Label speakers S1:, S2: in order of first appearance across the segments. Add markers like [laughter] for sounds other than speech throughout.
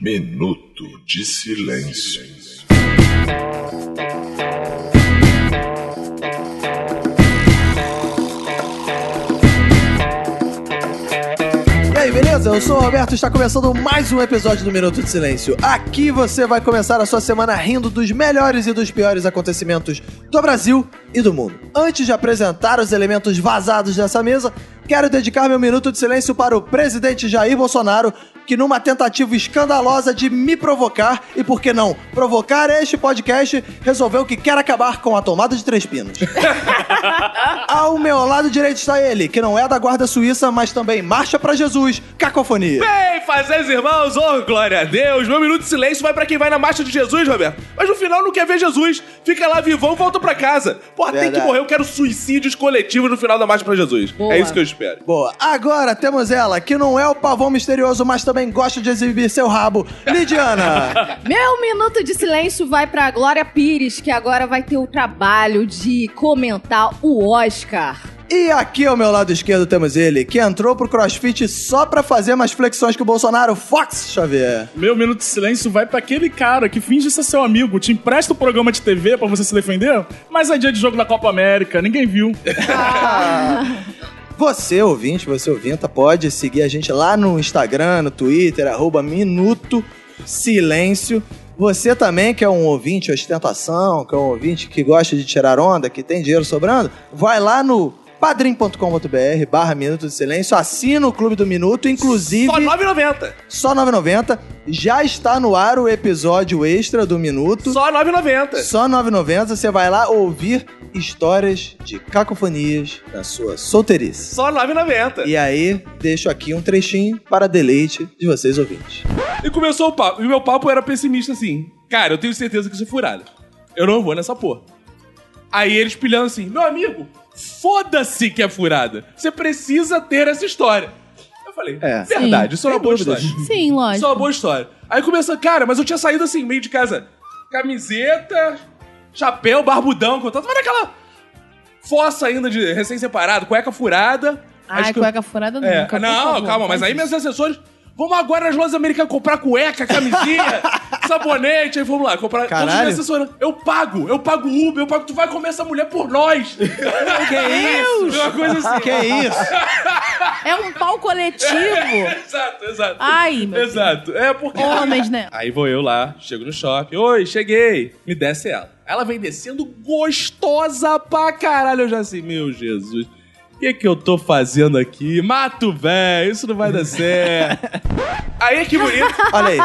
S1: Minuto de Silêncio.
S2: E aí, beleza? Eu sou o Roberto e está começando mais um episódio do Minuto de Silêncio. Aqui você vai começar a sua semana rindo dos melhores e dos piores acontecimentos do Brasil e do mundo. Antes de apresentar os elementos vazados dessa mesa, quero dedicar meu minuto de silêncio para o presidente Jair Bolsonaro, que numa tentativa escandalosa de me provocar e por que não provocar este podcast, resolveu que quer acabar com a tomada de três pinos. Ao meu lado direito está ele, que não é da guarda suíça, mas também marcha pra Jesus, cacofonia.
S3: Bem, fazeres irmãos, oh, glória a Deus. Meu minuto de silêncio vai pra quem vai na marcha de Jesus, Roberto. Mas no final não quer ver Jesus. Fica lá vivão e volta pra casa. Porra, tem
S2: Verdade.
S3: que morrer. Eu quero suicídios coletivos no final da marcha pra Jesus. É isso que eu espero.
S2: Boa, agora temos ela, que não é o pavão misterioso, mas também gosta de exibir seu rabo, Lidiana.
S4: [laughs] Meu minuto de silêncio vai pra Glória Pires, que agora vai ter o trabalho de comentar o Oscar.
S2: e aqui ao meu lado esquerdo temos ele, que entrou pro crossfit só pra fazer mais flexões que o Bolsonaro, Fox Xavier.
S5: Meu minuto de silêncio vai pra aquele cara que finge ser seu amigo, te empresta o programa de TV pra você se defender, mas é dia de jogo da Copa América, ninguém viu.
S2: Você, ouvinte, você ouvinta, pode seguir a gente lá no Instagram, no Twitter, arroba Minuto Silêncio. Você também, que é um ouvinte ostentação, que é um ouvinte que gosta de tirar onda, que tem dinheiro sobrando, vai lá no padrim.com.br barra Minuto de Silêncio, assina o Clube do Minuto, inclusive...
S3: Só 9,90.
S2: Só 9,90. Já está no ar o episódio extra do Minuto.
S3: Só 9,90.
S2: Só 9,90 você vai lá ouvir histórias de cacofonias da sua solteirice.
S3: Só 9,90.
S2: E aí, deixo aqui um trechinho para deleite de vocês ouvintes.
S3: E começou o papo. E meu papo era pessimista assim. Cara, eu tenho certeza que isso é furada. Eu não vou nessa porra. Aí eles pilhando assim: Meu amigo, foda-se que é furada. Você precisa ter essa história. Eu falei:
S2: É.
S3: Verdade, isso é uma
S2: Sem
S3: boa
S2: dúvidas.
S3: história.
S4: Sim,
S3: Isso é uma boa história. Aí começou, cara, mas eu tinha saído assim, meio de casa: camiseta, chapéu, barbudão, contato. Mas naquela fossa ainda de recém-separado, cueca furada.
S6: Ai,
S3: Acho que eu-
S6: cueca furada
S3: é,
S6: nunca. por
S3: não,
S6: favor.
S3: calma, mas aí meus assessores. Vamos agora nas lojas americanas comprar
S6: [laughs]
S3: cueca, camisinha, sabonete, aí vamos lá, comprar. todos
S2: Caralho.
S3: meus assessores, Eu pago, eu pago Uber, eu pago. Tu vai comer essa mulher
S6: [laughs]
S3: por nós! que isso? Uma coisa assim.
S2: Que isso?
S6: É um pau
S3: [laughs]
S6: coletivo.
S3: Exato, exato.
S6: Ai, meu Deus.
S3: Exato. É porque.
S6: Homens, né?
S3: [laughs] Aí vou eu lá, chego no shopping. Oi, cheguei. Me desce ela. Ela vem descendo gostosa pra caralho. Eu já assim, meu Jesus. O que, que eu tô fazendo aqui? Mato, velho. Isso não
S6: [laughs]
S3: vai dar certo. Aí que bonito.
S2: Olha aí.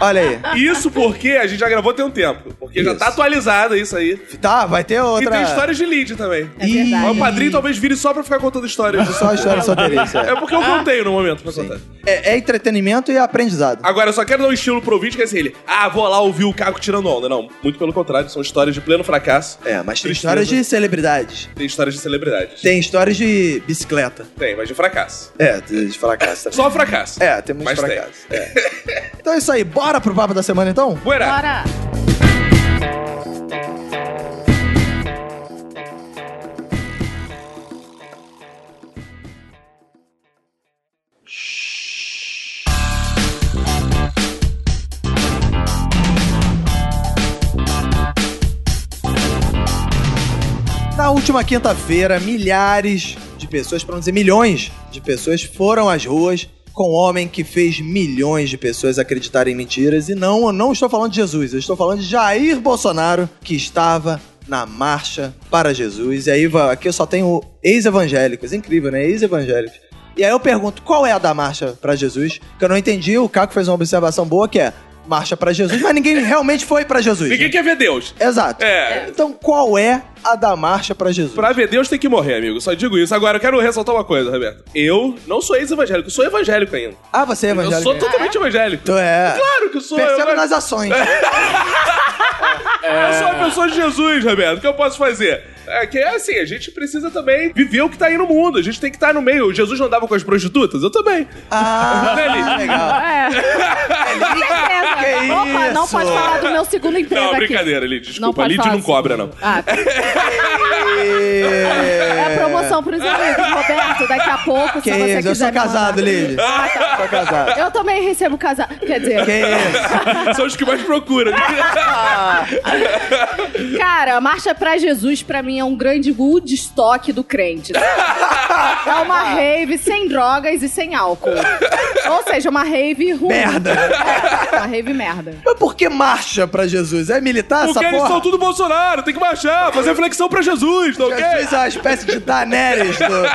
S2: Olha aí.
S3: Isso porque a gente já gravou tem um tempo. Porque já
S2: Isso.
S3: tá atualizado isso aí.
S2: Tá, vai ter outra.
S3: E tem histórias de lead também.
S4: É verdade.
S3: Mas o padrinho talvez vire só pra ficar contando histórias.
S2: Só a história de solteirice.
S3: É
S2: É.
S3: porque eu contei no momento pra contar.
S2: É, é entretenimento e aprendizado.
S3: Agora, eu só quero dar um estilo pro vídeo, que é assim, ele... Ah, vou lá ouvir o Caco tirando onda. Não, muito pelo contrário. São histórias de pleno fracasso.
S2: É, mas tem
S3: Tristeza.
S2: histórias de celebridades.
S3: Tem histórias de celebridades.
S2: Tem histórias de bicicleta.
S3: Tem, mas de fracasso.
S2: É, de fracasso. também.
S3: Só fracasso.
S2: É, tem muitos
S3: Mas tem.
S2: fracassos. É. Então é isso aí, bora pro papo da semana então?
S3: Buera.
S6: Bora.
S2: Na última quinta-feira, milhares de pessoas, pra não dizer milhões de pessoas, foram às ruas com um homem que fez milhões de pessoas acreditarem em mentiras. E não, eu não estou falando de Jesus, eu estou falando de Jair Bolsonaro, que estava na marcha para Jesus. E aí, va- aqui eu só tenho ex-evangélicos, incrível, né? Ex-evangélicos. E aí eu pergunto, qual é a da marcha para Jesus? Que eu não entendi, o Caco fez uma observação boa que é marcha para Jesus, mas ninguém realmente foi para Jesus.
S3: Ninguém quer ver Deus.
S2: Exato.
S3: É.
S2: Então qual é a da marcha para Jesus?
S3: Pra ver Deus tem que morrer, amigo. Só digo isso. Agora, eu quero ressaltar uma coisa, Roberto. Eu não sou ex-evangélico. Eu sou evangélico ainda.
S2: Ah, você é evangélico?
S3: Eu sou totalmente evangélico.
S2: Tu é.
S3: Claro que eu sou.
S2: Perceba
S3: eu, É.
S2: nas
S3: [laughs]
S2: ações.
S3: eu sou uma pessoa de Jesus, Roberto. O que eu posso fazer? É que é assim, a gente precisa também viver o que tá aí no mundo. A gente tem que estar no meio. Jesus não andava com
S2: [laughs]
S3: as prostitutas? Eu também. é
S2: Ah,
S3: Feliz.
S2: legal.
S4: É. Com certeza.
S2: Que
S4: Opa,
S2: isso,
S4: Não pode falar do meu segundo emprego
S3: Não, assim.
S4: aqui.
S3: brincadeira, Lid.
S4: Não
S3: Desculpa,
S4: pode
S3: Lid
S4: falar
S3: não
S4: do
S3: cobra, não. [laughs]
S4: Ah, é promoção pros amigos, Roberto. Daqui a pouco,
S2: Que
S4: se você
S2: isso? Eu
S4: quiser
S2: sou
S4: me
S2: casado,
S4: mandar.
S2: Lid.
S4: Ah, tá.
S2: Sou casado.
S4: Eu também recebo casado. Quer dizer,
S2: Que isso?
S3: São os que mais procuram.
S4: Cara, a Marcha pra Jesus, pra mim, é um grande Woodstock do crente. É uma rave sem drogas e sem álcool. Ou seja, uma rave ruim.
S2: Merda.
S4: É, uma rave merda.
S2: Mas por que marcha pra Jesus? É militar
S3: Porque
S2: essa
S3: eles
S2: porra?
S3: são tudo Bolsonaro, tem que marchar, fazer flexão pra Jesus, tá ok?
S2: Jesus é uma espécie de Daenerys do...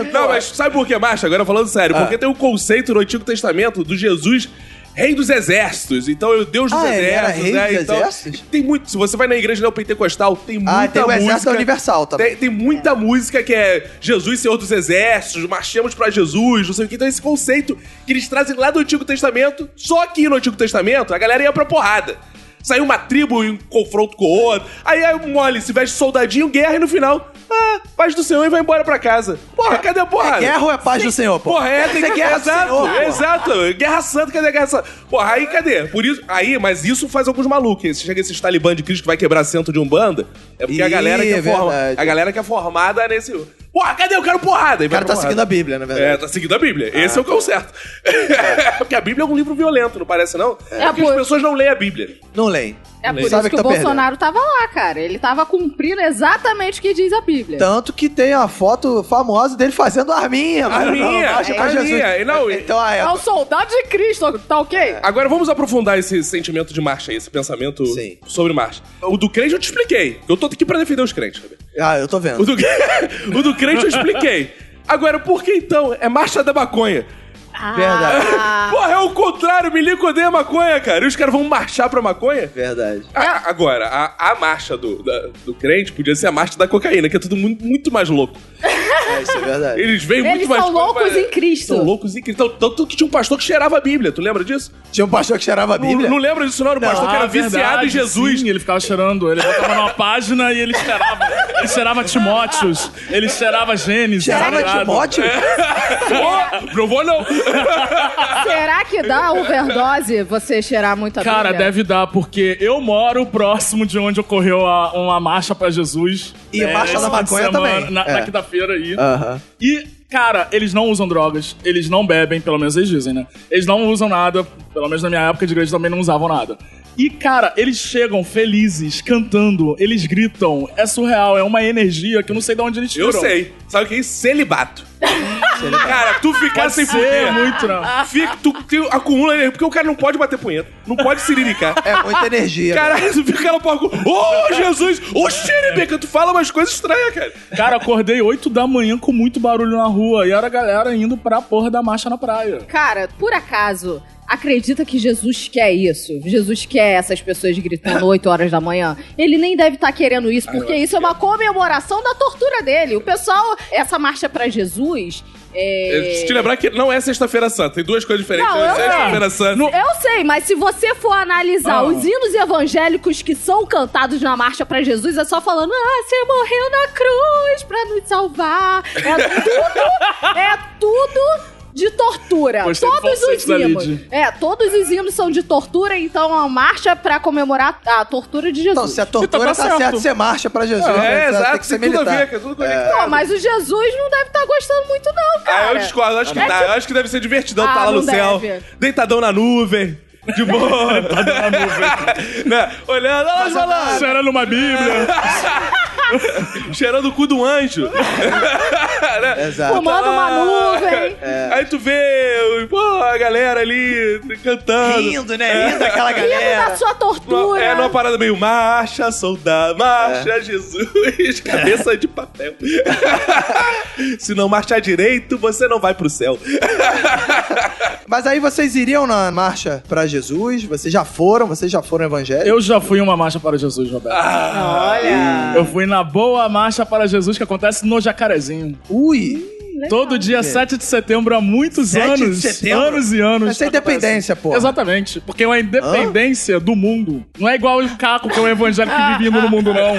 S2: é
S3: Não, mas sabe por que marcha? Agora falando sério,
S2: Ah.
S3: porque tem um conceito no Antigo Testamento do Jesus rei dos exércitos. Então, é o Deus dos
S2: Ah, ele era
S3: exércitos,
S2: rei
S3: né?
S2: dos
S3: Então,
S2: exércitos?
S3: Tem muito. Se você vai na igreja neopentecostal, tem muita
S2: Ah, tem o Exército
S3: música.
S2: Universal também.
S3: Tem, tem muita música que é Jesus, Senhor dos Exércitos, marchemos pra Jesus, não sei o que. Então, esse conceito que eles trazem lá do Antigo Testamento, só que no Antigo Testamento a galera ia pra porrada. Saiu uma tribo em confronto com outra. Aí aí o mole se veste soldadinho, guerra e no final, ah, paz do Senhor e vai embora pra casa. Porra, cadê a porrada?
S2: Guerra ou é paz do Senhor, pô?
S3: Porra, é, tem
S2: Isso
S3: que guerra
S2: do
S3: exato,
S2: Senhor, pô.
S3: exato. Guerra Santa, cadê a Guerra Santa? Porra, aí cadê? Por isso, aí, mas isso faz alguns malucos. hein? Se chega esses talibã de Cristo que vai quebrar centro de Umbanda, é porque a
S2: Ih,
S3: galera que é,
S2: é
S3: forma,
S2: verdade.
S3: a galera que é formada nesse. Porra, cadê? Eu quero porrada.
S2: O cara tá seguindo a Bíblia, Ah. na verdade.
S3: É, tá seguindo a Bíblia. Esse é o que é o certo. [laughs] porque a Bíblia é um livro violento, não parece, não? É,
S4: É,
S3: porque
S4: pô.
S3: as pessoas não leem a Bíblia.
S2: Não leem.
S4: É por
S2: Sabe
S4: isso que,
S2: que
S4: o
S2: tá perdendo.
S4: Bolsonaro tava lá, cara. Ele tava cumprindo exatamente o que diz a Bíblia.
S2: Tanto que tem a foto famosa dele fazendo arminha. mano.
S3: Arminha,
S2: Marcha pra
S3: arminha.
S2: Jesus.
S3: E não, e-
S2: Então, ah, é.
S4: É o soldado de Cristo, tá ok?
S3: Agora vamos aprofundar esse sentimento de marcha aí, esse pensamento
S2: Sim.
S3: sobre marcha. O do crente eu te expliquei. Eu tô aqui pra defender os crentes, sabe?
S2: Ah, eu tô vendo.
S3: O do, [laughs] o do crente eu expliquei. Agora, por que então? É marcha da maconha.
S2: Verdade.
S4: Ah,
S3: Porra, é o contrário, milico odeia maconha, cara. E os caras vão marchar pra maconha?
S2: É Verdade.
S4: É.
S3: A- agora, a, a marcha do, da- do crente podia ser a marcha da cocaína, que é tudo muito, muito mais louco.
S2: É, isso é verdade.
S3: Eles veem
S4: eles
S3: muito mais...
S4: são loucos em
S3: São
S4: Cristo.
S3: loucos em Cristo. Então, Tanto que tinha um pastor que cheirava a Bíblia, tu lembra disso?
S2: Tinha um pastor que cheirava a Bíblia?
S3: Não, não lembra disso não, era um pastor que era
S5: Ah,
S3: viciado
S5: verdade,
S3: em Jesus.
S5: Sim, ele ficava cheirando. Ele botava numa página e ele cheirava. Ele cheirava Timóteos. Ele cheirava Gênesis. tá
S2: Cheirava
S5: ligado?
S2: Timóteo?
S3: é. Pô, não vou não.
S4: Será que dá overdose você cheirar muito a
S5: Cara,
S4: Bíblia?
S5: deve dar, porque eu moro próximo de onde ocorreu a- uma marcha pra Jesus. É,
S2: E marcha
S5: esse
S2: da
S5: fim de
S2: maconha
S5: semana,
S2: também.
S5: Na,
S2: É.
S5: na quinta-feira aí.
S2: Aham.
S5: E, cara, eles não usam drogas, eles não bebem, pelo menos eles dizem, né? Eles não usam nada, pelo menos na minha época de igreja também não usavam nada. E, cara, eles chegam felizes, cantando, eles gritam, é surreal, é uma energia que eu não sei de onde eles tiram.
S3: Eu sei. Sabe o que é isso? Celibato. Cara, tu ficar
S5: Pode
S3: sem
S5: ser
S3: poder.
S5: muito, não.
S3: Fica, tu, tu acumula energia, porque o cara não pode bater punheta, não pode se liricar.
S2: É muita energia.
S3: Caralho, tu fica aquela porra. com- Ô, Jesus! Ô, xerebeca! Tu fala umas coisas estranhas, cara.
S5: Cara, acordei 8 da manhã com muito barulho na rua e era a galera indo pra porra da marcha na praia.
S4: Cara, por acaso, acredita que Jesus quer isso? Jesus quer essas pessoas [laughs] gritando 8 horas da manhã? Ele nem deve estar querendo isso, porque isso é uma comemoração da tortura dele. O pessoal, essa marcha pra Jesus.
S3: É,
S4: É...
S3: Deixa eu te lembrar que não é Sexta-feira Santa. Tem duas coisas diferentes.
S4: Não,
S3: é
S4: eu
S3: Sexta-feira Santa. É,
S4: Eu sei, mas se você for analisar
S5: Ah.
S4: os hinos evangélicos que são cantados na marcha pra Jesus, é só falando: "Ah, você morreu na cruz pra nos salvar". É tudo, é tudo de tortura.
S5: Gostei do
S4: todos
S5: falsete
S4: os
S5: da
S4: hinos.
S5: Lid.
S4: É, todos os hinos são de tortura, então a marcha pra comemorar a tortura de
S2: Então,
S4: Jesus.
S2: se a tortura
S5: Então
S2: tá,
S5: tá
S2: certo.
S5: certo,
S2: você marcha pra Jesus. né?
S3: É,
S2: Você
S3: exato.
S2: Tem que ser
S3: tem tudo a ver,
S2: militar.
S3: cara. Tudo conectado.
S4: Pô, mas o Jesus não deve estar gostando muito não, cara.
S3: Ah, eu discordo. Acho que dá. Eu Acho que deve ser divertidão
S4: É tipo Ah,
S3: tá lá
S4: não
S3: no céu.
S4: deve.
S3: Deitadão na nuvem. De boa.
S5: Na nuvem.
S3: [laughs] né? Olhando, olha lá, lá.
S5: Cheirando uma bíblia.
S3: Cheirando o cu do anjo.
S2: Exato.
S4: Fumando uma nuvem.
S2: É.
S3: Aí tu vê pô, a galera ali cantando.
S2: Rindo, né?
S3: É.
S2: Rindo aquela
S4: Rindo da
S2: galera.
S4: sua
S3: No-
S4: tortura.
S3: é numa parada meio marcha, soldado, marcha,
S4: É.
S3: Jesus, [laughs] cabeça de papel. [laughs] Se não marchar direito, você não vai pro céu.
S2: Mas aí vocês iriam na marcha pra Jesus? Vocês já foram? Vocês já foram evangélicos?
S5: Eu já fui em uma marcha para Jesus, Roberto.
S4: Olha.
S5: Eu fui na boa marcha para Jesus que acontece no Jacarezinho.
S2: Ui!
S5: Todo dia 7 de setembro há muitos
S2: 7 de
S5: anos,
S2: setembro?
S5: anos e anos.
S2: Essa é a independência, pô.
S5: Exatamente, porque é uma independência do mundo. Não é igual o Caco, que é um evangélico vivindo no mundo, não.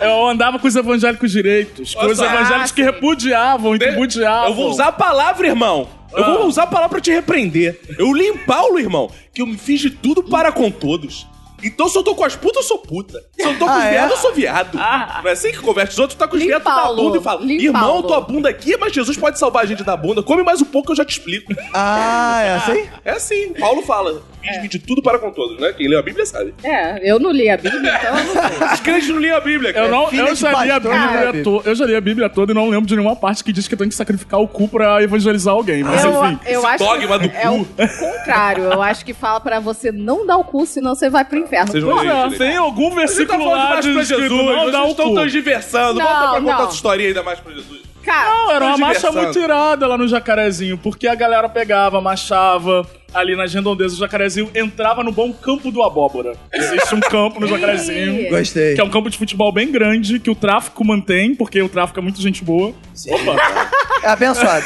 S5: Eu andava com os evangélicos direitos, com os
S3: Nossa,
S5: evangélicos que
S4: sim.
S5: repudiavam e que budiavam.
S3: Eu vou usar a palavra, irmão. Eu
S4: Ah.
S3: vou usar a palavra pra te repreender. Eu li em Paulo, irmão, que eu me fiz de tudo para com todos. Então, se eu tô com as putas, eu sou puta. Se eu tô com
S2: Ah,
S3: os
S2: é?
S3: viados, eu sou viado. Não é assim que converte os outros, tu tá com os
S4: Ah. Lim
S3: viados na
S4: Paulo.
S3: bunda e fala:
S4: Lim
S3: Irmão,
S4: Paulo."
S3: tua bunda aqui, mas Jesus pode salvar a gente da bunda. Come mais um pouco que eu já te explico.
S2: Ah, é assim?
S3: É assim, Paulo fala: Fiz-me É. de tudo para com todos, né? Quem leu a Bíblia sabe.
S4: É, eu não li a Bíblia, então eu não sei.
S3: [laughs] Os crentes não liam a Bíblia, cara.
S5: Eu, não,
S2: filha
S5: eu,
S2: de
S5: já li a
S2: pastor, sabe?
S5: Bíblia to, eu já li a Bíblia toda e não lembro de nenhuma parte que diz que eu tenho que sacrificar o cu pra evangelizar alguém. Mas enfim.
S4: Eu, eu
S3: esse
S4: acho
S3: dogma do
S4: que é o contrário. Eu acho que fala pra você não dar o cu, senão você vai pro inferno.
S3: Vocês vão
S4: Pô,
S3: ler.
S5: Não, tem algum
S3: Você tá
S5: versículo
S3: falando
S5: lá
S3: mais pra
S5: de
S3: Jesus,
S5: escrito, não dá
S3: vocês
S5: o
S3: estão
S5: cu.
S3: transversando. Volta
S4: Não,
S3: pra contar
S4: não.
S3: essa historinha ainda mais pra Jesus.
S4: Cara,
S5: Não, era uma
S3: Tão
S5: marcha
S3: diversão.
S5: muito irada lá no Jacarezinho, porque a galera pegava, machava ali nas redondezas do Jacarezinho, entrava no bom campo do Abóbora. Existe um campo no Jacarezinho.
S4: Ih.
S2: Gostei.
S5: Que é um campo de futebol bem grande, que o tráfico mantém, porque o tráfico é muito gente boa. [laughs] Opa!
S2: É
S3: [laughs]
S2: abençoado.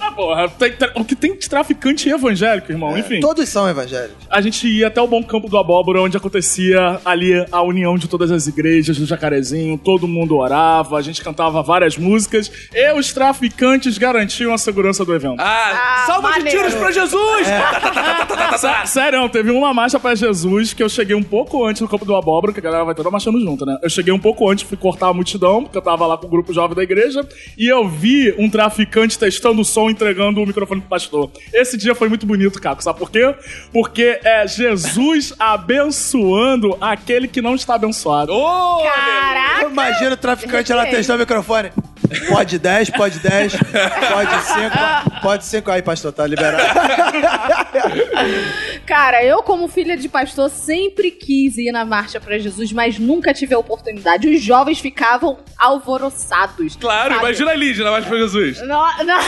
S5: ah, porra, tem tra- o que tem de traficante evangélico, irmão?
S3: É.
S5: Enfim.
S2: Todos são evangélicos.
S5: A gente ia até o Bom Campo do Abóbora, onde acontecia ali a união de todas as igrejas do Jacarezinho, todo mundo orava, a gente cantava várias músicas e os traficantes garantiam a segurança do evento.
S3: Ah,
S4: Ah,
S3: salva de
S4: maneiro. É.
S3: tiros pra Jesus! [laughs] Tá,
S5: Sé- Ah, Sério, teve uma marcha pra Jesus que eu cheguei um pouco antes no campo do Abóbora, que a galera vai toda marchando junto, né? Eu cheguei um pouco antes, fui cortar a multidão, porque eu tava lá com o grupo jovem da igreja, e eu vi um traficante testando o som, entregando o microfone pro pastor. Esse dia foi muito bonito, Caco, sabe por quê? Porque é Jesus abençoando aquele que não está abençoado.
S3: Ô,
S4: caraca.
S2: Eu imagino o traficante lá
S4: Gostei.
S2: testando o microfone. Pode 10, pode 10, pode 5, pode 5. Aí, pastor, tá liberado.
S4: Cara, eu, como filha de pastor, sempre quis ir na Marcha pra Jesus, mas nunca tive a oportunidade. Os jovens ficavam alvoroçados.
S3: Claro,
S4: sabe?
S3: imagina a Lídia na marcha pra Jesus.
S4: Não, não.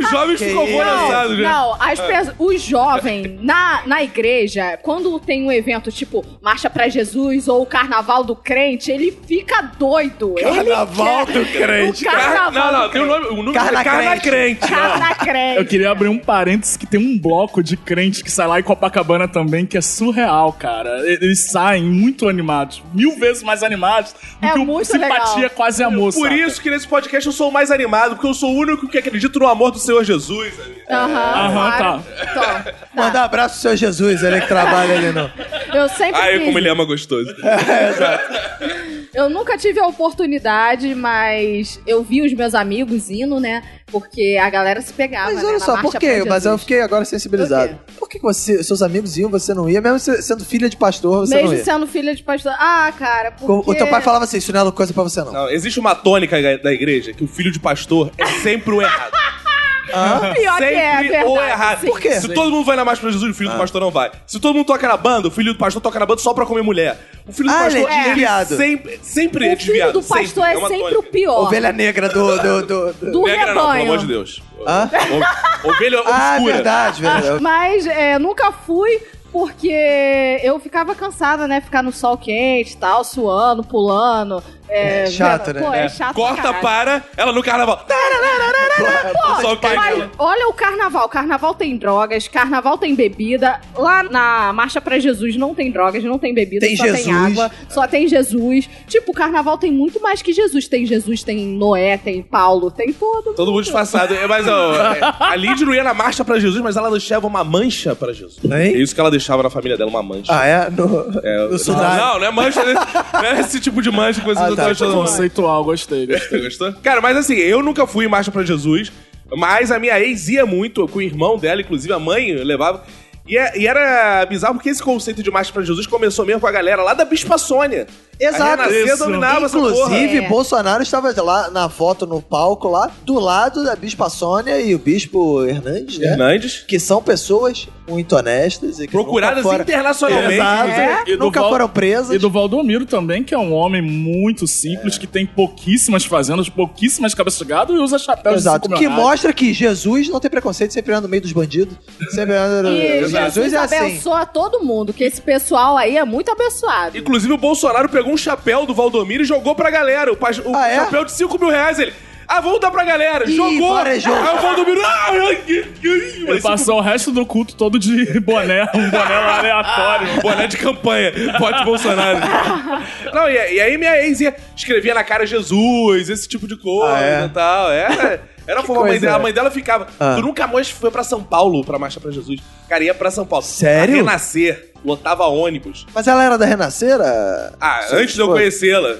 S3: Os
S4: [laughs]
S3: jovens
S2: Que
S3: ficam
S2: isso?
S3: alvoroçados, né?
S4: Não, as pessoas, o jovem na, na igreja, quando tem um evento tipo Marcha pra Jesus ou o Carnaval do Crente, ele fica doido.
S2: Carnaval
S4: ele quer...
S2: do crente.
S4: O carnaval
S3: Não, não,
S4: do
S3: tem o nome. O nome
S2: Carna
S3: é Carna Crente.
S4: Carna crente.
S5: Eu queria abrir um parênteses que tem um bloco de crente que sai lá em Copacabana também, que é surreal, cara. E- Eles saem muito animados, mil vezes mais animados do
S4: É
S5: que o
S4: muito
S5: Simpatia
S4: legal.
S5: Quase Amor.
S3: Por
S5: saca?
S3: isso que nesse podcast eu sou o mais animado, porque eu sou o único que acredita no amor do Senhor Jesus. amigo.
S4: Aham,
S5: Aham,
S4: claro. Tá.
S2: Mandar um abraço pro seu Jesus, ele que trabalha ali, não.
S4: Eu sempre
S3: Ai,
S4: quis.
S3: como ele ama gostoso.
S4: Eu nunca tive a oportunidade, mas eu vi os meus amigos indo, né? Porque a galera se pegava.
S2: Mas
S4: né,
S2: olha
S4: na
S2: só,
S4: marcha
S2: por quê?
S4: pra
S2: Mas é eu
S4: Jesus.
S2: fiquei agora sensibilizado. Por que, que você, seus amigos iam, você não ia? Mesmo você- sendo filha de pastor, você
S4: Mesmo
S2: não ia.
S4: sendo filha de pastor. Ah, cara, porque...
S2: O teu pai falava assim, isso não é coisa pra você, não.
S3: Não, existe uma tônica da igreja que o filho de pastor é sempre o errado.
S2: Hã?
S4: [laughs] Pior
S3: sempre
S4: que é, é verdade,
S3: ou errado.
S4: sim.
S2: Por quê?
S3: Se todo mundo vai na marcha pra Jesus, o filho do pastor não vai. Se todo mundo toca na banda, o filho do pastor toca na banda só pra comer mulher. O filho do
S2: Ah,
S3: pastor
S2: ele é desviado.
S3: sempre, sempre é
S4: O filho
S3: desviado.
S4: do pastor
S3: sempre.
S4: é
S3: uma
S4: sempre
S3: tônica.
S4: o pior.
S2: Ovelha negra do... do, do, do-
S4: Do
S3: Negra não, pelo
S4: rebanho.
S3: amor de Deus.
S2: Hã?
S3: O- Ovelha
S2: Ah,
S3: obscura.
S2: verdade, verdade.
S4: [laughs] Mas é, nunca fui porque eu ficava cansada, né? Ficar no sol quente e tal, suando, pulando. É,
S2: É chato, né?
S4: Pô, é,
S3: É,
S4: chato.
S3: Corta
S4: pra
S3: para ela no carnaval. Tá,
S4: Pô,
S3: Só o né? pai
S4: mas
S3: dela.
S4: olha o carnaval. Carnaval tem drogas, carnaval tem bebida. Lá na Marcha pra Jesus não tem drogas, não tem bebida,
S2: Tem
S4: só tem
S2: Jesus.
S4: água, só tem Jesus. Tipo, o carnaval tem muito mais que Jesus. Tem Jesus, tem Noé, tem Paulo, tem todo.
S3: Todo mundo disfarçado. É, Mas ó, é, a Lidia não ia na marcha pra Jesus, mas ela deixava uma mancha pra Jesus.
S2: Hein?
S3: É isso que ela deixava na família dela, uma mancha.
S2: Ah, é? No,
S3: É,
S2: no
S3: não,
S2: Sudário.
S3: não, não é mancha, né? não é esse tipo de mancha que
S2: [laughs]
S3: vocês
S2: Ah,
S3: não
S2: tá.
S3: estão achando. não.
S5: É um Conceitual, gostei. gostei.
S3: Você gostou? Cara, mas assim, eu nunca fui em marcha pra Jesus, mas a minha ex ia muito, com o irmão dela, inclusive a mãe levava. E, é- e era bizarro porque esse conceito de marcha pra Jesus começou mesmo com a galera lá da Bispa Sônia. A
S2: Exato.
S3: Renascer
S5: Isso.
S3: dominava essa Ah, porra.
S2: Inclusive,
S4: É.
S2: Bolsonaro estava lá na foto no palco lá, do lado da Bispa Sônia e o Bispo Hernandes, né?
S3: Hernandes.
S2: Que são pessoas muito honestas e que
S3: Procuradas
S2: nunca foram...
S3: internacionalmente.
S2: Exato.
S5: É. E do
S2: Nunca
S5: Val-
S2: foram presas.
S5: E do Valdomiro também, que é um homem muito
S2: É.
S5: simples, que tem pouquíssimas fazendas, pouquíssimas cabeças de gado e usa chapéu
S2: Exato.
S5: de cinco
S2: Que
S5: milionários.
S2: mostra que Jesus não tem preconceito, sempre anda no meio dos bandidos. Sempre anda.
S4: E Jesus,
S2: Jesus é assim.
S4: abençoa todo mundo, que esse pessoal aí é muito abençoado.
S3: Inclusive, o Bolsonaro pegou um chapéu do Valdomiro e jogou pra galera. O, pa- o
S2: Ah, é?
S3: chapéu de 5 mil reais, ele. Ah, vou dar pra galera.
S2: Ih, é
S3: jogou.
S2: farejou.
S3: Aí o Valdomiro. Ah, ai, que- que-
S5: Ele
S3: mas
S5: passou o resto do culto todo de [laughs] boné, um boné aleatório.
S3: Boné de campanha. Vote Bolsonaro. Não, e, e aí minha ex ia, escrevia na cara Jesus, esse tipo de coisa
S2: Ah, é?
S3: e tal. Era, Era
S2: Que
S3: fofo, a mãe
S2: coisa.
S3: dela, a mãe dela ficava.
S2: Ah.
S3: Tu nunca mais foi pra São Paulo pra Marcha pra Jesus. Cara, ia pra São Paulo.
S2: Sério?
S3: A Renascer, lotava ônibus.
S2: Mas ela era da Renasceira?
S3: Ah,
S2: Sua
S3: antes de eu
S2: esposa?
S3: conhecê-la.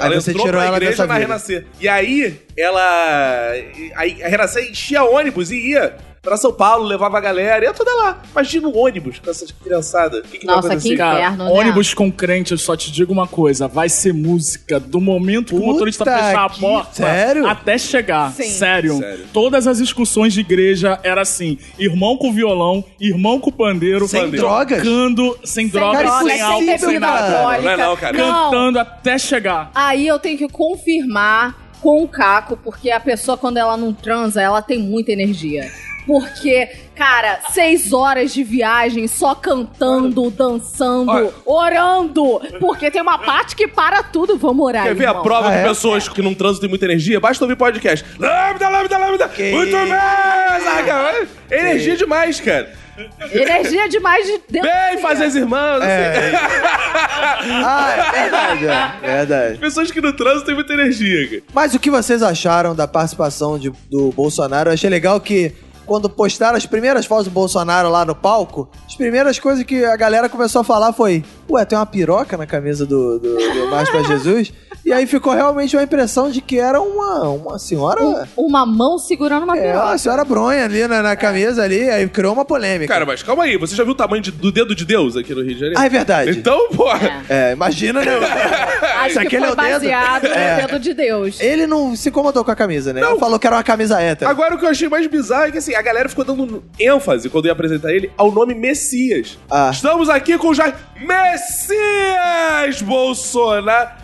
S3: Ela
S2: você
S3: entrou
S2: tirou
S3: pra
S2: ela
S3: igreja
S2: dessa
S3: na
S2: vida.
S3: Renascer. E aí, ela. Aí, a Renascer enchia ônibus e ia pra São Paulo, levava a galera, ia toda lá. Imagina o ônibus com essas criançadas. O que, que
S4: Nossa,
S3: vai acontecer?
S4: que-
S5: Cara,
S4: Inferno, né?
S5: ônibus com crente, eu só te digo uma coisa: vai ser música do momento que o
S2: Puta
S5: motorista fechar a
S2: que-
S5: porta
S2: Sério?
S5: até chegar.
S4: Sim.
S5: Sério.
S3: Sério.
S5: Todas as excursões de igreja era assim: irmão com violão, irmão com pandeiro,
S2: Sem
S5: pandeiro,
S2: drogas?
S5: tocando, sem drogas,
S2: drogas,
S5: sem
S2: sem
S5: álcool, sem,
S2: bebida
S5: nada.
S4: alcoólica.
S3: Não é não, cara.
S5: Cantando até chegar.
S4: Aí eu tenho que confirmar com o Caco, porque a pessoa, quando ela não transa, ela tem muita energia. Porque, cara, seis horas de viagem só cantando, dançando,
S3: Olha.
S4: orando. Porque tem uma parte que para tudo. Vamos orar.
S3: Quer ver a
S4: irmão.
S3: prova
S2: Ah,
S3: de
S2: é?
S3: pessoas que num trânsito tem muita energia? Basta ouvir podcast. Lambda, lambda, lambda. Muito bem! Zaga. Energia demais, cara.
S4: Energia demais de Deus.
S3: Bem, fazer as irmãs. não
S2: É.
S3: sei. [laughs]
S2: Ah, é verdade, é. Verdade.
S3: Pessoas que no trânsito têm muita energia, cara.
S2: Mas o que vocês acharam da participação de- do Bolsonaro? Eu achei legal que quando postaram as primeiras fotos do Bolsonaro lá no palco, as primeiras coisas que a galera começou a falar foi: Ué, tem uma piroca na camisa do, do, do Marcha pra
S4: [laughs]
S2: Jesus? E aí ficou realmente uma impressão de que era uma, uma senhora.
S4: Um, Uma mão segurando uma
S2: É,
S4: piroca.
S2: uma senhora bronha ali na, na camisa ali, aí criou uma polêmica.
S3: Cara, mas calma aí. Você já viu o tamanho de- do dedo de Deus aqui no Rio de Janeiro?
S2: ah, é verdade.
S3: Então, porra.
S4: É.
S2: É, imagina, né?
S3: [laughs]
S4: Acho que
S2: aquele
S4: foi
S2: é o dedo.
S4: baseado
S2: É.
S4: no dedo de Deus.
S2: Ele não se incomodou com a camisa, né?
S3: Não.
S2: Ele falou que era uma camisa hétero.
S3: Agora, o que eu achei mais bizarro é que, assim, a galera ficou dando ênfase, quando eu ia apresentar ele, ao nome Messias.
S2: Ah.
S3: Estamos aqui com o Jair Messias Bolsonaro.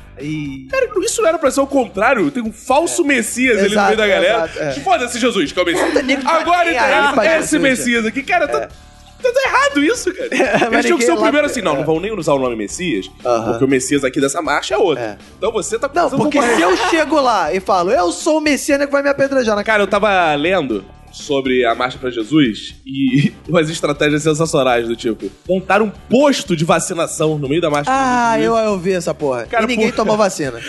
S3: Cara, isso não era pra ser o contrário? Tem um falso Messias ali
S2: É.
S3: no
S2: Exato,
S3: meio da galera.
S2: exato, é.
S3: Foda-se Jesus, que é o Messias.
S2: ninguém
S3: Agora,
S2: nem tá
S3: então,
S2: aí ah, pra
S3: esse
S2: Jesus,
S3: Messias aqui, cara, tá... tá errado isso,
S2: [laughs]
S3: cara. Eles
S2: É. mas
S3: tinham que ser
S2: ninguém
S3: o
S2: lá-
S3: primeiro assim, não, não vão nem usar o nome Messias,
S2: Aham.
S3: porque o Messias aqui dessa marcha é outro.
S2: É.
S3: Então você tá
S2: Não,
S3: pensando
S2: porque
S3: concorrente.
S2: se eu chego lá e falo, eu sou o Messias, nego vai me apedrejar na cara.
S3: Cara, eu tava lendo sobre a Marcha pra Jesus e [laughs] umas estratégias sensacionais do tipo montar um posto de vacinação no meio da Marcha pra
S2: Ah,
S3: Jesus.
S2: eu ouvi essa porra.
S3: Cara,
S2: e ninguém
S3: porra.
S2: tomou
S3: [laughs]
S2: vacina.